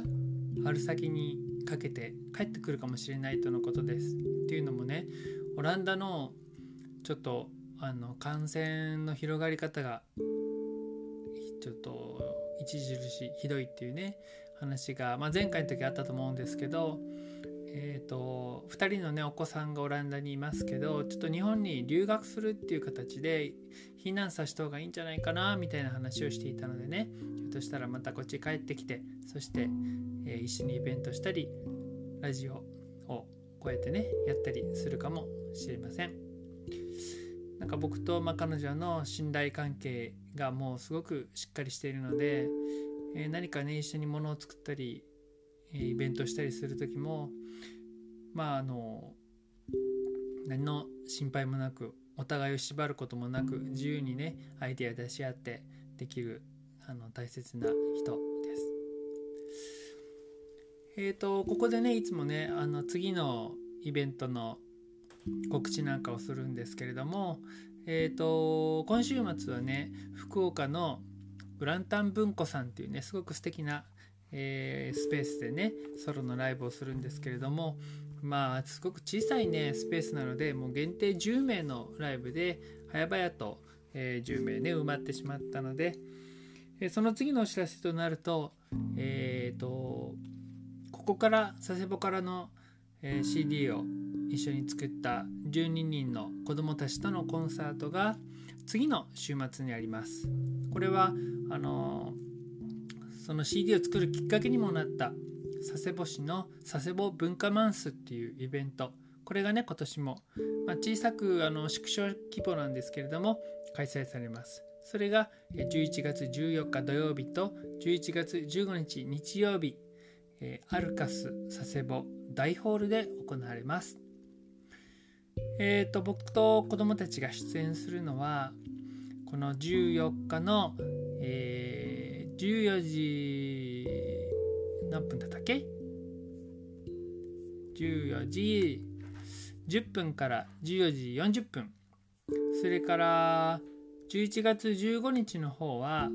[SPEAKER 1] 春先にかけて帰ってくるかもしれないとのことですっていうのもねオランダのちょっとあの感染の広がり方がちょっと著しいひどいっていうね話が、まあ、前回の時あったと思うんですけど、えー、と2人のねお子さんがオランダにいますけどちょっと日本に留学するっていう形で避難させた方がいいんじゃないかなみたいな話をしていたのでねひょっとしたらまたこっち帰ってきてそして、えー一緒にイベントしたりラジオをこうやってねやったりするかもしれません。なんか僕と、まあ、彼女の信頼関係がもうすごくしっかりしているので、えー何かね一緒にものを作ったり、えーイベントしたりする時もまああの何の心配もなくお互いを縛ることもなく自由にねアイデア出し合ってできるあの大切な人です。えー、とここでねいつもねあの次のイベントの告知なんかをするんですけれども、えー、と今週末はね福岡のウランタン文庫さんっていうねすごく素敵な、えースペースでねソロのライブをするんですけれどもまあすごく小さいねスペースなのでもう限定10名のライブで早々と、えー10名ね埋まってしまったので、えーその次のお知らせとなるとえっ、とここから佐世保からの、えー CD を一緒に作った12人の子どもたちとのコンサートが次の週末にあります。これはあのーその CD を作るきっかけにもなった佐世保市の佐世保文化マンスっていうイベントこれがね今年も、まあ、小さくあの縮小規模なんですけれども開催されますそれがえー11月14日土曜日と11月15日日曜日、えーアルカス佐世保大ホールで行われますえー、と僕と子供たちが出演するのはこの14日の、えー14時何分だったっけ ?14 時10分から14時40分それから11月15日の方は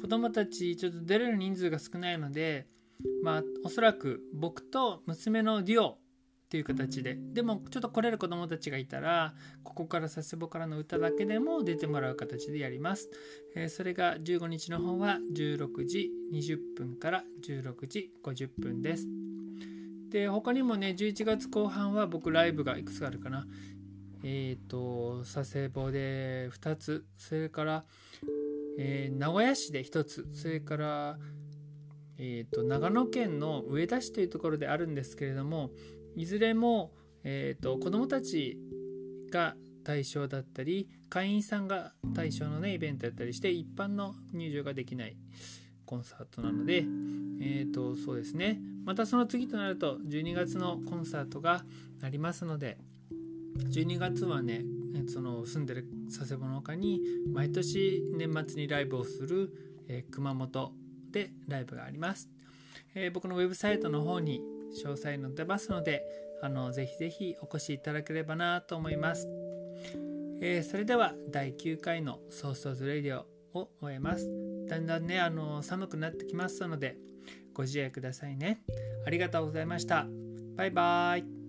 [SPEAKER 1] 子供たちちょっと出れる人数が少ないのでまあおそらく僕と娘のデュオっていう形ででもちょっと来れる子どもたちがいたらここから佐世保からの歌だけでも出てもらう形でやります、えーそれが15日の方は16時20分から16時50分ですで他にもね11月後半は僕ライブがいくつあるかなえっ、と佐世保で2つそれから、えー名古屋市で1つそれからえーと長野県の上田市というところであるんですけれどもいずれも、えー、と子どもたちが対象だったり会員さんが対象の、ね、イベントだったりして一般の入場ができないコンサートなので、えー、とそうですねまたその次となると12月のコンサートがありますので12月はねその住んでる佐世保の他に毎年年末にライブをする、えー熊本でライブがあります、えー僕のウェブサイトの方に詳細載ってますのであのぜひぜひお越しいただければなと思います、えーそれでは第9回の「ソースーズレディオ」を終えますだんだんねあの寒くなってきますのでご自愛くださいねありがとうございましたバイバイ